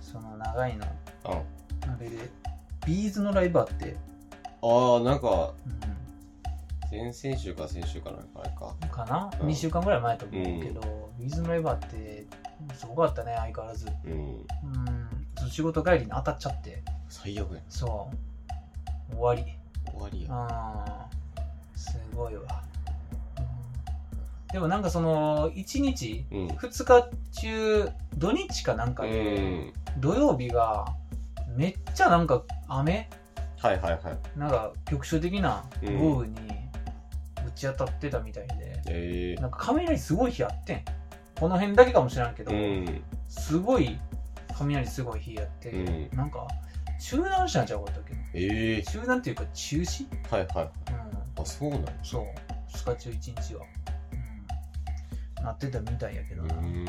S1: その長いの
S2: ああ
S1: あれでビーズのライブあって、
S2: ーなんか
S1: うん、
S2: 先々週か先週かなんかあれか
S1: かな、
S2: うん
S1: 2週間ぐらい前と思うけど、ウィズのレバーってすごかったね相変わらず
S2: うん
S1: うんそう仕事帰りに当たっちゃって
S2: 最悪や
S1: そう終わり
S2: 終わりや
S1: うんすごいわ、うんでもなんかその1日
S2: うん
S1: 2日中土日かなんか
S2: う
S1: で、
S2: ん
S1: 土曜日がめっちゃなんか雨
S2: はいはいはい
S1: なんか局所的な豪雨にぶち当たってたみたいで、
S2: え
S1: なんか雷すごい日あってん。この辺だけかもしらんけ
S2: え
S1: ど、
S2: うん
S1: すごい雷すごい日あって、
S2: うん
S1: なんか中断したんちゃうかったっけな
S2: ええ
S1: 中断っていうか中止うん。
S2: はいはいあそうなの
S1: そう。2日中1日は。うん。なってたみたいやけど
S2: う
S1: な。うん。
S2: ん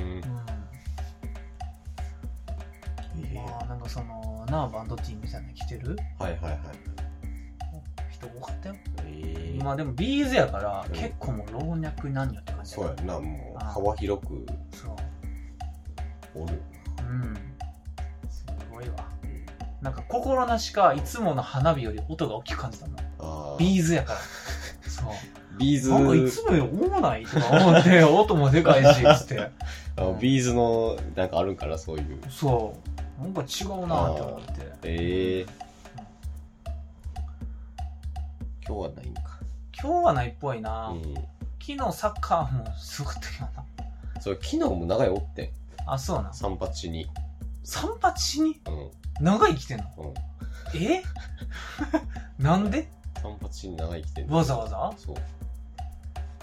S2: ええ
S1: まあなんかそのなあバンドティーみたいなの着てる
S2: はいはいはい
S1: 人多かったよ、
S2: ええ
S1: まあでもビーズやから
S2: うん
S1: 結構もう老若男女って感じ
S2: そうや
S1: ね、
S2: なもう
S1: あー
S2: 幅広く
S1: そう
S2: おる
S1: うんすごいわなんか心なしかいつもの花火より音が大きく感じたの
S2: あー
S1: ビーズやからそう
S2: ビーズ
S1: なんかいつもより多ないとか思って音もでかいしつって
S2: あのビーズのなんかあるんかなそういう
S1: そうなんか違うなって思って
S2: ええ今日はないんか
S1: 今日はないっぽいな、
S2: うん
S1: 昨日サッカーもすごかったけどな
S2: それ昨日も長いおってん
S1: あそうな
S2: 散髪しに
S1: 散髪しに
S2: うん
S1: 長生きてんの
S2: うん
S1: え なんで
S2: 散髪しに長い来てんの
S1: わざわざ
S2: そう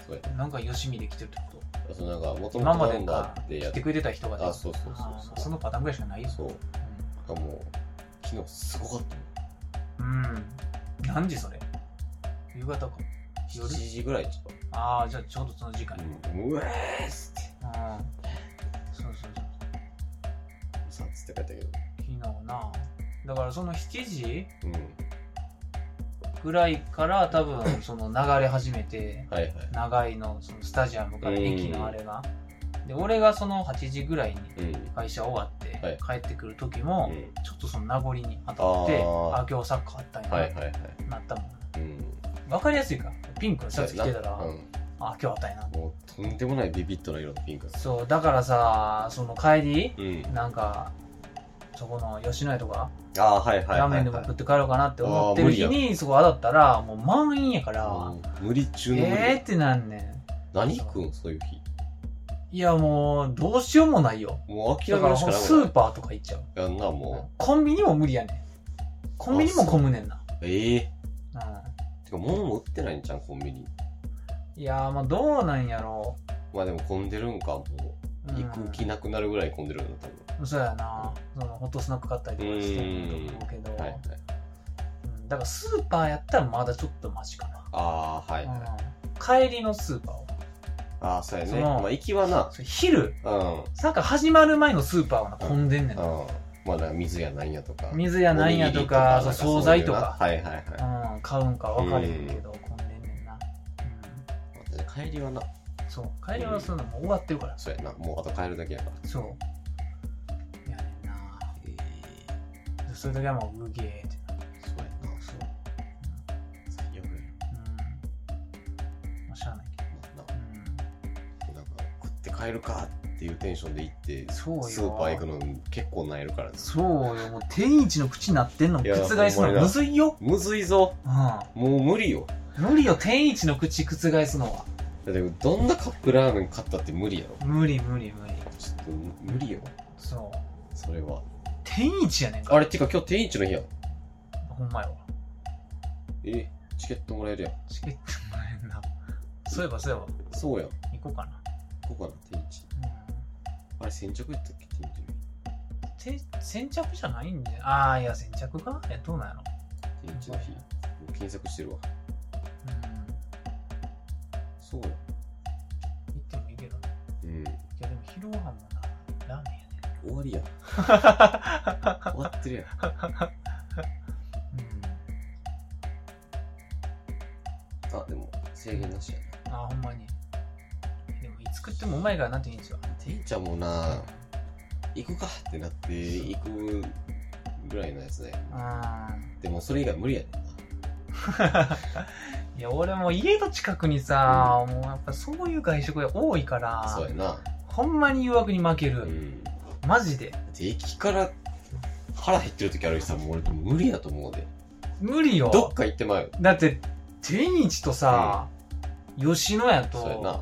S2: そうや
S1: なんかよしみで来てるってこと
S2: あとなんかもと
S1: 今
S2: も
S1: ま
S2: と
S1: でか
S2: ーで
S1: 来
S2: やってて
S1: くれてた人がね
S2: あそうそうそうそう
S1: あーまあそのパターンぐらいしかないよ
S2: そうなんかもう昨日すごかったもん
S1: うん。何時それ夕方か。夜
S2: 7時ぐらいちょ
S1: ああ、じゃあちょうどその時間
S2: っと
S1: に。うん。
S2: うんうえーっつって
S1: そうそうそう。
S2: さっつって帰ったけど
S1: 昨日な。だからその7時
S2: うん
S1: ぐらいから多分その流れ始めて、
S2: はいはい
S1: 長いのそのスタジアムから駅のあれがで俺がその8時ぐらいに
S2: うん。
S1: 会社終わって帰ってくる時も、
S2: うん
S1: ちょっとその名残に当たって
S2: あー
S1: あ今日サッカーあったんやな、
S2: はいはいはい。
S1: なったもん
S2: うん。
S1: 分かりやすいからピンクのシャツ着てたら、
S2: うん。
S1: あ今日あったんやな
S2: もうとんでもないビビッドな色のピンクだ
S1: そうだからさその帰り
S2: うん。
S1: なんかそこの吉野家とか
S2: ああ、はいはいはい、はい。
S1: ラーメンでも食って帰ろうかなって思ってる日
S2: あー無
S1: にそこ当たったらもう満員やから
S2: うん無理中の無理。
S1: えーってなんねん
S2: 何食うんそういう日。
S1: いやもうどうしようもないよ
S2: もう諦
S1: だ
S2: め
S1: か
S2: る
S1: ら
S2: し
S1: ス
S2: かなく
S1: ーパーとか行っちゃう
S2: ない。やんな、も
S1: コンビニも無理やねんコンビニも混むねんな
S2: う。ええ
S1: う
S2: てか、物も売ってないんじゃん、コンビニ。
S1: んいやーまあどうなんやろ
S2: まあでも混んでるんか、も
S1: う、
S2: う。
S1: うん
S2: 行く気なくなるぐらい混んでるんだ、多分。
S1: そうやなそのホットスナック買ったりとかしてると思うけど
S2: はいは
S1: う
S2: い。
S1: んだからスーパーやったらまだちょっとマシかな、
S2: ああ、はいはい。
S1: うん帰りのスーパーは
S2: ああ、そうや
S1: そ
S2: ね。
S1: の
S2: まあ、行きはな。
S1: それ昼
S2: うん。
S1: サッカー始まる前のスーパーはな混んでんねんな、
S2: うんまあ、なんか水やなんやとか。
S1: 水やなんやとかそう惣菜とか、
S2: はいはいはい。
S1: うん、買うんか分かれへんけど混んでんねんな、
S2: 帰りはな、
S1: うん、そう帰りはそんなもう終わってるから
S2: そうやな。もうあと帰るだけやから。
S1: そういやねんな
S2: ええ
S1: でそういう時はもううげーってなる
S2: そうやな。
S1: そう
S2: 最悪や
S1: うんまあしゃあないけ
S2: な。
S1: ど、うん
S2: なんか、食って帰るかっていうテンションで行って、
S1: そうよ
S2: スーパー行くの結構萎えるからね
S1: そうよ、もう天一の口になってんの
S2: いや
S1: 覆す
S2: ほんまに
S1: の
S2: な
S1: むずいよ。
S2: むずいぞ。
S1: う
S2: もう無理よ。
S1: ん。無理よ、天一の口覆すのは。
S2: だって、どんなカップラーメン買ったって無理やろ。
S1: 無理無理無理。
S2: ちょっと無無理よ。
S1: そう。
S2: それは。
S1: 天一やねんから。
S2: あれ、てか今日天一の日やん。
S1: ほんまやわ。
S2: え、チケットもらえるやん。
S1: チケットもらえんな。そういえばそういえ
S2: そうやん。
S1: ば、行こうかな。
S2: ここかな、天一。あれ、先着やったっけ、天一の
S1: うん。て先着じゃないんで。ああ、いや、先着かえ、どうなんやろ。
S2: 日。天一の日。もう検索してるわ。
S1: うん。
S2: そうやん。
S1: 行ってもいいけどね。
S2: うん。
S1: いや、でも昼ご飯もな、ラーメンやね。
S2: 終わりやん。終わってるやん。
S1: うん。
S2: あ、でも、制限なしや
S1: ああ、ほんまに。でも、いつ食ってもうまいからな、天一は。
S2: な。天一はもうな、行くかってなって行くぐらいのやつだよ
S1: う
S2: でもそれ以外無理やねんなん
S1: いや俺も家の近くにさ、もうやっぱそういう外食が多いから
S2: そうやな
S1: ほんまに誘惑に負ける、
S2: うんだ
S1: マジで
S2: って駅から腹減ってる時ある人はもう俺無理やと思うで
S1: 無理よ
S2: どっか行ってまうよ
S1: だって天一とさ、吉野家
S2: そうや
S1: と
S2: な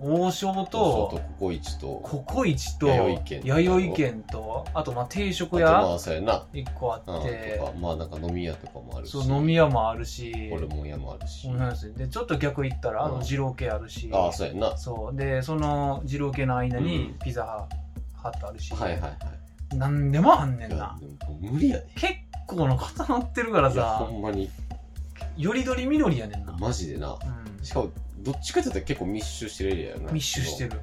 S1: 王将
S2: そうそう
S1: と
S2: ココイチと
S1: ココイチと
S2: 弥生軒
S1: 弥生軒とあとまあ定食
S2: あとま
S1: 屋
S2: あそうやな
S1: 1個あ
S2: うん
S1: っ
S2: と
S1: て
S2: かまあなんか飲み屋とかもあるし
S1: そう飲み
S2: 屋
S1: 屋もあるし
S2: ホルモン屋もあるし
S1: そうなんですよでちょっと逆行ったらあ
S2: う
S1: の
S2: ん
S1: 二郎系あるし
S2: ああそうやなは
S1: そうでその二郎系の間
S2: う
S1: に
S2: ん
S1: ピザハットあるし、
S2: いはいはい
S1: 何でもあんね
S2: い
S1: ん
S2: や
S1: な
S2: でももう無理やで
S1: 結構の固まってるから
S2: いやほ
S1: さ
S2: んまに
S1: よりどりみどりやねんな、
S2: マジでなしかもどっちかって言ったら結構密集してるエリアや
S1: う、
S2: なん
S1: 密集してる、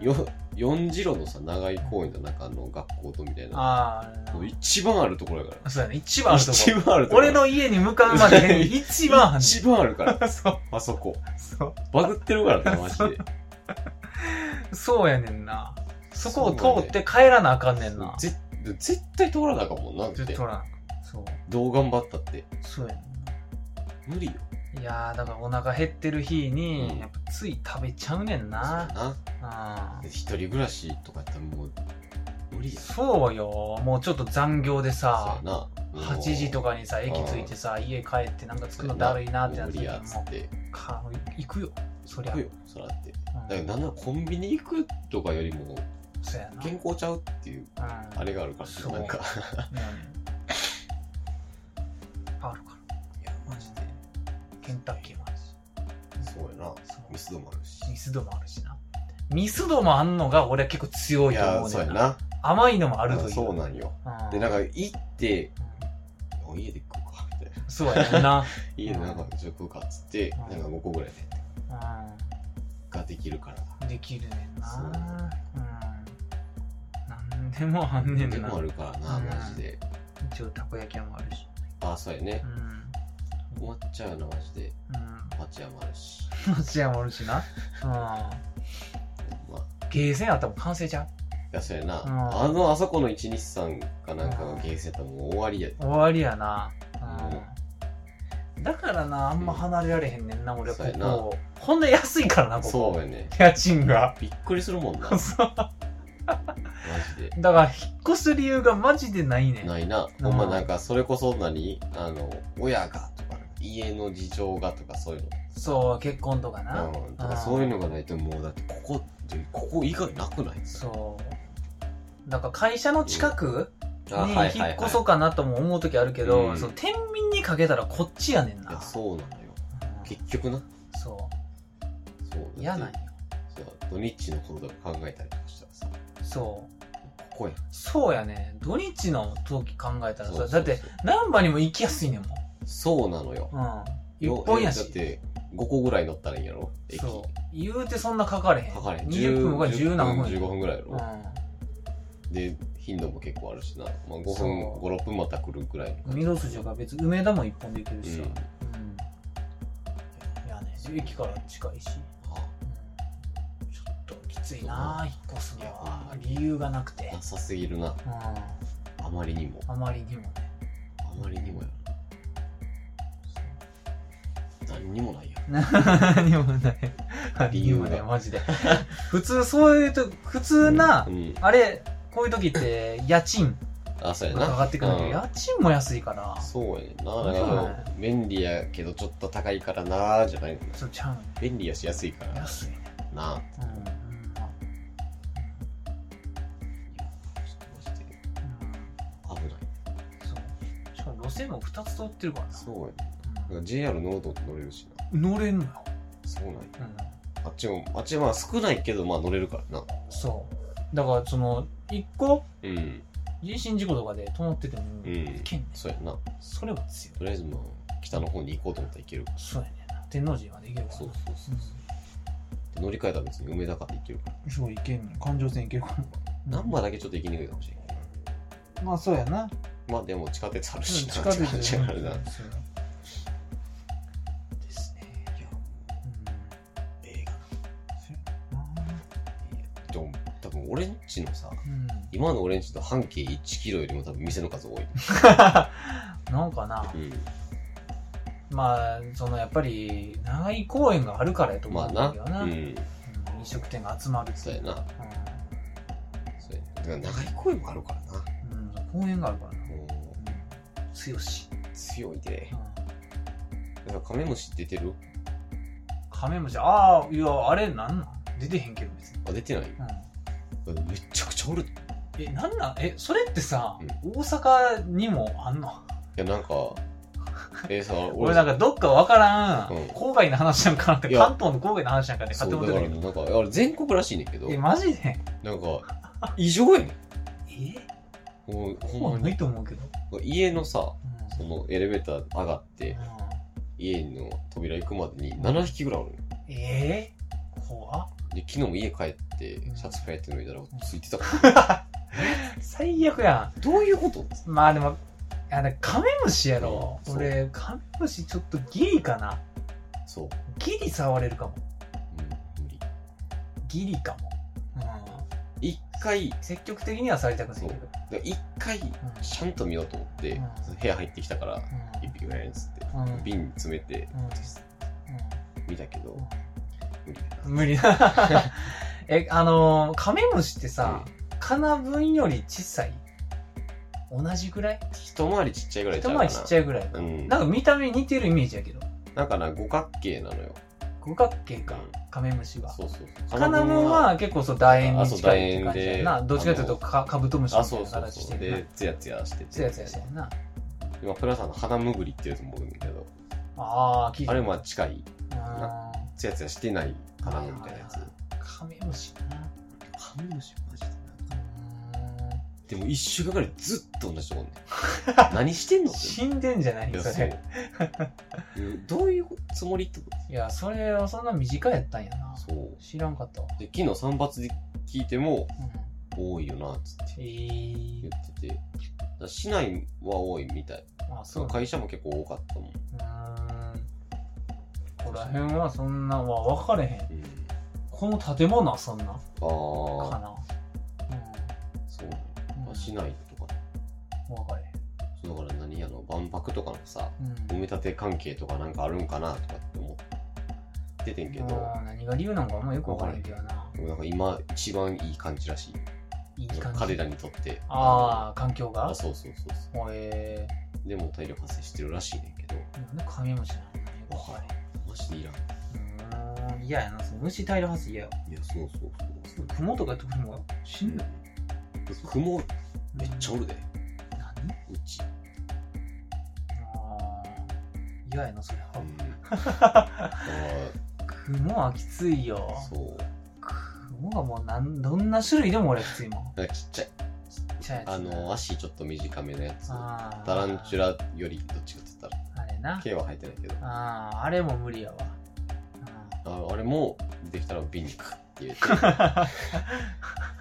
S1: うん
S2: よ四次郎のさ長い公園の中の学校とみたいな
S1: ああ
S2: もう一番あるところやか
S1: そうやね一番
S2: ら
S1: あるとこ
S2: 一番あるところ
S1: 俺の家に向かうま で一番あんねん
S2: 一番あるから
S1: そう
S2: あそこ
S1: そ
S2: バグってるか らなマジで
S1: うそうやねんなそこ
S2: そう
S1: を通
S2: やね
S1: って帰らなあかんねんな
S2: ぜ絶対通らなあかんもんなっ
S1: ずってとらんそう
S2: どう頑張ったって
S1: そうやねんな
S2: 無理よ
S1: いやーだからお腹減ってる日に、
S2: うん
S1: やっぱつい食べちゃうねんな
S2: そうやな
S1: あ
S2: で一人暮らしとかやったらもう無理や
S1: そうよもうちょっと残業でさ
S2: そうやな
S1: 8時と
S2: か
S1: かにさ駅着いてさ家帰ってなんか作るのだるいなってなっ
S2: 無
S1: て
S2: 理
S1: も
S2: やっつっ
S1: う
S2: て
S1: か行くよそりゃ
S2: 行くよそらってだか
S1: う
S2: ら
S1: ん
S2: なんならコンビニ行くとかよりも
S1: そうやな
S2: 健康ちゃうっていう
S1: うん
S2: あれがあるか
S1: そう
S2: らなんか
S1: うんあるか
S2: いや
S1: らマジでケンタッキーもあるし
S2: そうやな
S1: そう
S2: ミスドもあるし
S1: ミスドもあるしなミスドもあんのが俺は結構強いと
S2: や
S1: 思う
S2: そう
S1: ね
S2: や
S1: んな
S2: な
S1: 甘いのもあ
S2: あ
S1: るという
S2: そうなんよ
S1: うん
S2: でなんか行って
S1: う
S2: お家で食うかみたいなん
S1: そうやねんな
S2: 家でなんかちょっと食うかっつって
S1: うん
S2: なんか5個ぐらいでができるから
S1: うんできるねん
S2: そう
S1: なうんなんでもあんね
S2: で
S1: んな
S2: もあるからな
S1: うん
S2: マジで
S1: 一応たこ焼き屋もあるし
S2: あそうやね
S1: うん
S2: 終わっちゃうよなマジで
S1: うん
S2: 町屋もあるし
S1: どっちやもおるしな、う
S2: まあ
S1: ん、ゲーセンあったらもう完成じゃん
S2: や、そうやな。
S1: うん
S2: あの、あそこの一日さんかなんかのゲーセンやったらもう終わりや。
S1: 終わりやな、うん、だからなあんま離れられへんねんな、俺は
S2: そうや
S1: こ
S2: な
S1: ここんな安いからなここ
S2: そうやね。
S1: 家賃が
S2: びっくりするもん な。
S1: そ
S2: マ
S1: う
S2: ジで。
S1: だから引っ越す理由がマジでないねん
S2: ないな。
S1: うん
S2: ほんまなんか、それこそ何あの、親がとか、家の事情がとかそういう
S1: そう結婚とかな、
S2: の。うん。とか
S1: ん
S2: そういうのがないともう、だってここって、ここ以外なくない
S1: そうだから会社の近くに
S2: あはいはい
S1: 引
S2: はい
S1: っ越そうかなとも思う時あるけど、
S2: うん
S1: その天秤にかけたらこっちやねん
S2: いや、
S1: な
S2: そうなのよ。
S1: うん
S2: 結局な。
S1: そ
S2: そう。
S1: う嫌なんよ
S2: だってそう土日のこととか考えたりとかしたらさ、
S1: そう
S2: ここやん。
S1: そうやね土日の時考えたらさ
S2: そうそうそう
S1: だって、難波にも行きやすいねんもん
S2: そうなのよ。
S1: うん一本やし
S2: だって、5個ぐらい乗ったらいいんやろ駅。
S1: そ
S2: か
S1: う言うてそんなかかれへん
S2: かれん。
S1: 20分が
S2: 10
S1: 10何分
S2: 15分ぐらいや
S1: うん
S2: ろ。で、頻度も結構あるしな。まあ、5
S1: そう
S2: 分、5、6分また来るぐらいの感じ。
S1: 御堂筋が別に梅田も一本で行けるしさ、
S2: うん
S1: うんいやね駅から近いし
S2: あ
S1: うんちょっときついなあ引っ越すのはい
S2: や
S1: 理由がなくて
S2: なさすぎるな。
S1: うん
S2: あまりにも。
S1: あまりにもね
S2: あまりにもやな。何にもないやん。
S1: 何にもない
S2: 理由が
S1: ねマジで 普通そういうと普通な、
S2: うん。うん
S1: あれこういう時って家賃
S2: あ、そうや
S1: が
S2: な。
S1: かかってくるんだけど
S2: うん
S1: 家賃も安いから
S2: そうやねんな。
S1: そう
S2: だ
S1: なんや
S2: から、便利やけどちょっと高いからなーじゃないの
S1: そうちゃう
S2: 便利やし安いから
S1: の安いね
S2: なあ。
S1: うんうんまあ
S2: ちょっとマジで
S1: うん
S2: 危ない。
S1: そうしかも路線も2つ通ってるからな
S2: そうやねだから JR ノートって乗れるしな。
S1: うん乗れんのよ、
S2: そうなんや。
S1: うん
S2: あっちも、あっちはまあ少ないけど、まあ乗れるからな。
S1: そうだからその1個
S2: うん。
S1: 人身事故とかで止まってても
S2: うん
S1: 行けんね、
S2: そうやな。
S1: それは強い
S2: とりあえずまあ、北の方に行こうと思ったら行けるから。
S1: そうやねんな天王寺はできるから
S2: そうそうそうそう。乗り換えたら別に梅田から行けるから。
S1: うんそういけんねん環状線いけるかな
S2: 難波だけちょっと行きにくいかもしれん。
S1: まあそうやな
S2: まあでも地下鉄あるし
S1: 近
S2: な。
S1: くで
S2: 地下鉄あるな。いや、も
S1: ですね
S2: う映画なでも多分俺んちのさ、
S1: うん
S2: 今の俺んちの半径1キロよりも多分店の数多い。
S1: なんかな
S2: うん。
S1: まあそのやっぱり長い公園があるからやと思
S2: ま
S1: う
S2: あ
S1: んだけど
S2: な。
S1: な、
S2: うん。
S1: うん飲食店が集まるって
S2: そう
S1: い
S2: や
S1: う、
S2: な。そうやね。だから長い声もあるからな。
S1: うんうん、公園があるからな、
S2: も
S1: うん、強し、
S2: う、強いで
S1: う。ん
S2: だからカメムシ出てる
S1: カメムシああいやあれなんなん出てへんけど別に、
S2: あ、出てない
S1: うん、
S2: めちゃくちゃおる。い
S1: えなんなんえそれってさ、大阪にもあんの
S2: や、なんか、えー さ、
S1: 俺なんかどっかわからん、
S2: うん
S1: 郊外の話なんかなって
S2: いや
S1: 関東の郊外の話なんかね
S2: そ
S1: 勝
S2: う
S1: 手
S2: だ
S1: に
S2: か
S1: 思ってた
S2: ら
S1: け
S2: なんかあれ全国らしいねんけど
S1: どえマジで
S2: なんか異常やね
S1: え
S2: んもう
S1: ほ
S2: ほ
S1: ぼ
S2: ん
S1: な
S2: ま
S1: い
S2: に
S1: と思うけど、
S2: 家のさ
S1: うん
S2: そのエレベーター上がって家の扉行くまでに7匹ぐらいおるのよ
S1: うんえー、怖っ
S2: で昨日も家帰って
S1: うん
S2: シャツペって脱いだらついてたから、
S1: 最悪や
S2: どういうこと
S1: んまあでもあれカメムシやろ、
S2: うんそう
S1: 俺カメムシちょっとギリかな
S2: そう、
S1: ギリ触れるかも
S2: うん、無理
S1: ギリかも、う
S2: 一回
S1: ん、積極的にはされたくないけど
S2: そだ一回
S1: うん
S2: ちゃんと見ようと思って、
S1: うん
S2: 部屋入ってきたから
S1: うん
S2: 一匹ぐらいやんつって、
S1: うん
S2: 瓶に詰めて見たけど、無理やな
S1: 無理 だえあのーカメムシってさ、カナブンより小さい同じぐらい
S2: 一回りちっちゃいぐらい
S1: 一回りちっちゃ
S2: い
S1: いぐらいか、
S2: うん
S1: なんか見た目似てるイメージやけど
S2: だから五角形なのよ
S1: 五角形か、
S2: うん
S1: カメムシは
S2: そうそうそう
S1: カナブンは結構そう楕円に近いって
S2: あそう
S1: 感
S2: 楕
S1: じ
S2: 円で
S1: やなどっちかというとかカブトムシ
S2: あ
S1: みた
S2: そ
S1: いうな
S2: そう
S1: 形し
S2: そ
S1: て
S2: う
S1: るな
S2: でツヤツヤしてて
S1: つやつやしてるな
S2: 今プラさんの花むぐりっていうやつもおるんだけど
S1: ああ聞いた
S2: あれまあ近い
S1: あ
S2: ツヤツヤしてない花むみたいなやつ
S1: はいーカメムシな
S2: カメムシマジでなんか
S1: う
S2: でも一週間ぐらいずっと同じとこおんねん何してん
S1: ーん
S2: のって
S1: 死んでんじゃない
S2: いや
S1: そ
S2: そう
S1: れ
S2: うん どういうつもりってこ
S1: いやそれはそんな短いやったんやな
S2: とそう
S1: 知らんかったわ、
S2: で昨日散髪で聞いても
S1: うん、
S2: 多いよなっつっ
S1: え
S2: て言
S1: ー、
S2: っててだから市内は多いみたい
S1: あ
S2: そ
S1: そう
S2: の
S1: か
S2: 会社も結構多かったもん、
S1: うーんここら辺はそんなは分かれへん
S2: うん、
S1: この建物はそんな
S2: あ
S1: か
S2: あ
S1: な
S2: そ
S1: う
S2: う
S1: ん、う
S2: まあ
S1: ん、
S2: 市内とか
S1: 分かれへん
S2: だから何やの万博とかのさ
S1: うん
S2: 埋め立て関係とかなんかあるんかなとかって思っててんけど、
S1: もう何が理由なんかあんまよく分からへんけどな
S2: でもなんか今一番いい感じらしい
S1: いい感じ
S2: 彼らにとって
S1: ああ環境が
S2: あそうそうそうそ
S1: え
S2: うでも大量発生してるらしいねんけど
S1: ー、なんでカメムシなのよく分から
S2: マジでいらんい
S1: へんうーん嫌やなその虫大量発生嫌よ
S2: やそうそうそう
S1: 雲とかやってくるのが死んだ
S2: 雲めっちゃお
S1: る
S2: るで
S1: 何
S2: うち
S1: あー嫌やなそれ
S2: う
S1: は
S2: んだから
S1: 雲はきついよ
S2: そう
S1: 雲がもうなんどんな種類でも俺はきついもん
S2: なんかちっちゃい
S1: ちっちゃいやつ
S2: あの足ちょっと短めのやつ
S1: あー
S2: タランチュラよりどっちかって言った
S1: あ
S2: ら
S1: れな
S2: 毛は生えてないけど
S1: あーあれも無理やわ
S2: ああれも出てきたら瓶にクッて入れて
S1: あ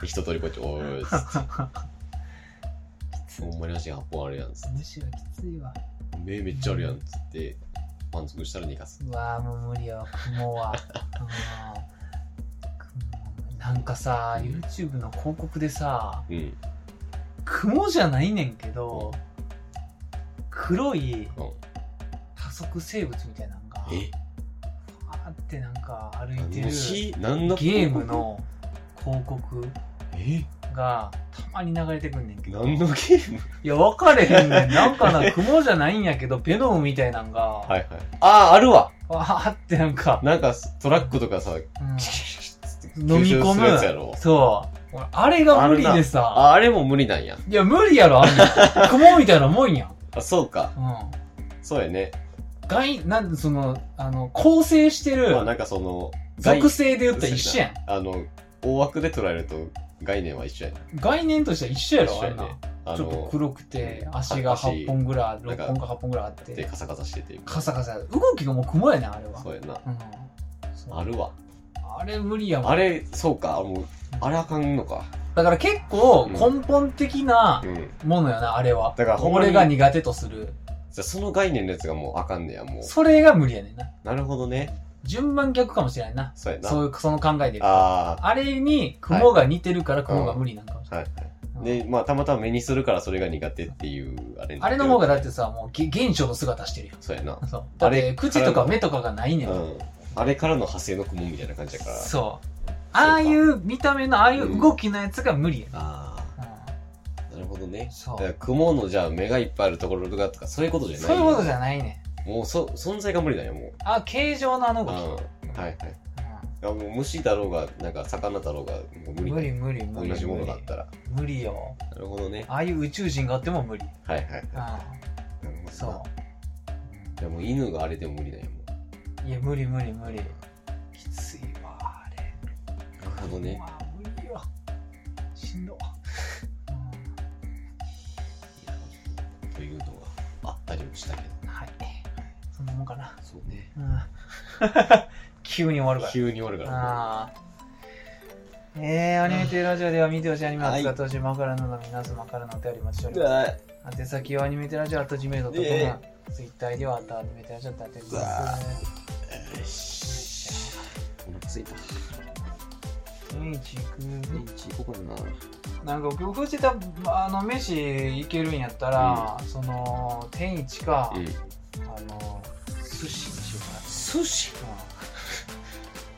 S2: 一通りこっち、おー いっつっ
S1: ーき
S2: て、
S1: つい
S2: ほんまに足8本あるやんっつっ
S1: 虫はきついわ
S2: て、目めっちゃあるやんっつって、満足したら逃がす。
S1: うわーもう無理やわ雲はうん雲なんかさ
S2: うん
S1: YouTube の広告でさ
S2: うん。
S1: 雲じゃないねんけど黒い
S2: うん
S1: 多足生物みたいなのが
S2: え
S1: あーってなんか歩いてる
S2: 何のし何の
S1: ゲームの広告
S2: え
S1: がたまに流れてくんねんけど
S2: 何のゲーム
S1: いや分かれへんねんなんか な雲じゃないんやけどベノムみたいなんが、
S2: はいはい。ああ、あるわ
S1: わーってなんか、
S2: なんかトラックとかさ、
S1: うん
S2: キシキシキシって
S1: 飲み込
S2: 吸収す
S1: む
S2: るやつやろ。
S1: そう俺あれが無理でさ
S2: あ、あれも無理なんや。
S1: いや無理やろあんなん雲みたいなもんやん
S2: あ、そうか。
S1: う
S2: そうやね。
S1: ん外なんでそのあの構成してる
S2: まあなんかその、概
S1: 属性で言ったら一緒やん
S2: あの、大枠で捉えると概念は一緒やね。
S1: 概念としては一緒やろ
S2: 一緒
S1: あ
S2: や
S1: んな
S2: ね
S1: ん。
S2: あ
S1: ちょっと
S2: の、
S1: 黒くて
S2: うん
S1: 足が
S2: 足
S1: 8本ぐらい
S2: なんか
S1: 6本か8本ぐらいあっ
S2: で
S1: て
S2: カサカサしてて。
S1: カサカサ動きがもう雲やねんあれは
S2: そうやな。
S1: うんそう
S2: あるわ。
S1: あれ無理やもん
S2: あれ、そうか、もう、あれあかんのか。
S1: だから結構根本的な
S2: うん。
S1: ものやな、あれは。
S2: だからほんまに
S1: 俺が苦手とする。
S2: じゃあその概念のやつがもうあかんねや、もう。
S1: それが無理やねんな。
S2: なるほどね。
S1: 順番逆かもしれないな。
S2: そうやな。
S1: そういう、その考えでいくと
S2: あ
S1: あれに雲が似てるから雲が無理なんかもし
S2: あ、はい
S1: れ
S2: はい。
S1: ない。
S2: で、まあ、たまたま目にするからそれが苦手っていう、あれ。
S1: あれの方がだっててさ、もうげ現象の姿してるよ。
S2: そうやな。
S1: そう。だっ
S2: あ
S1: て
S2: れ
S1: 口とか目とかがないねん。
S2: うん。あれからの派生の雲みたいな感じやから。
S1: そう。ああいう見た目のああいう動きのやつが無理やな。
S2: ああ、なるほど
S1: うん
S2: ね。
S1: そ
S2: だから
S1: う。
S2: 雲のじゃあ目がいっぱいあるところとかとか、そういうことじゃない。
S1: そういうことじ
S2: ゃ
S1: ゃないね
S2: もうそ、存在が無理だよ、もう。
S1: ん。あ、形状のあの
S2: うん。
S1: 動
S2: は
S1: き。
S2: いはい。
S1: う
S2: いやもう虫だろうが、なんか魚だろうが、もう無
S1: ん
S2: 理
S1: 無
S2: だ
S1: 理
S2: よ。
S1: 無理無理。
S2: 同じものがあったら。
S1: 無理よ。
S2: なるほどね。
S1: ああいう宇宙人があっても無理。。
S2: はいはいはいう
S1: ん。
S2: なるほどな
S1: そ
S2: でも犬があれでも無理だよも
S1: う。いや、無理無理無理。きついわ、あれ。
S2: うなるほどね
S1: まあ、無理よ。しんど。う
S2: というのがあったりもしたけど
S1: ん、はい。そんなもんかな。
S2: そうね
S1: うん 急に終わるか
S2: 急に終わる
S1: ら。
S2: か
S1: ああ。えー、アニメテラジオでは見てほしいアニメを扱
S2: は
S1: っ
S2: い
S1: てほしいマカラなど皆様からのお便りお待ちしており
S2: ら
S1: ま
S2: なう
S1: す。宛先はアニメテラジオ at
S2: ね
S1: gmail.com。ツイッターではあとアニメテラジオってやっております。
S2: わよしお腹ついた
S1: うん、ち
S2: ベ
S1: く
S2: ンチ行こうかな
S1: なんか工夫してたあの飯行けるんやったら、その天一か、
S2: うん
S1: あの寿司にしよう
S2: 寿司
S1: かな、うん、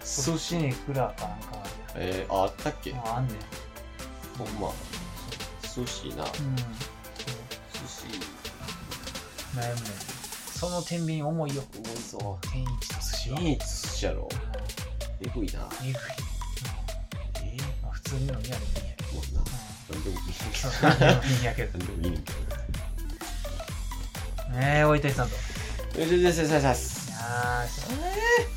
S1: 寿司にいくらかなんか
S2: えー、ああったっけ
S1: ああんねん、
S2: ほんま寿司な寿
S1: うん、
S2: 司
S1: 悩むねその天秤重いよ
S2: うまいぞ
S1: 天一と寿司は、うん
S2: いい寿司やろえぐいな
S1: えぐいうん
S2: え
S1: まあ普通に飲みやでもいいんやけ
S2: えもうな何 でもいいん
S1: ど、
S2: だ
S1: うん、
S2: けど
S1: いいんやけど
S2: 何でもいいんだ
S1: ねえおいたいさんとい
S2: けどよしよしよしよし
S1: やー
S2: よし
S1: えー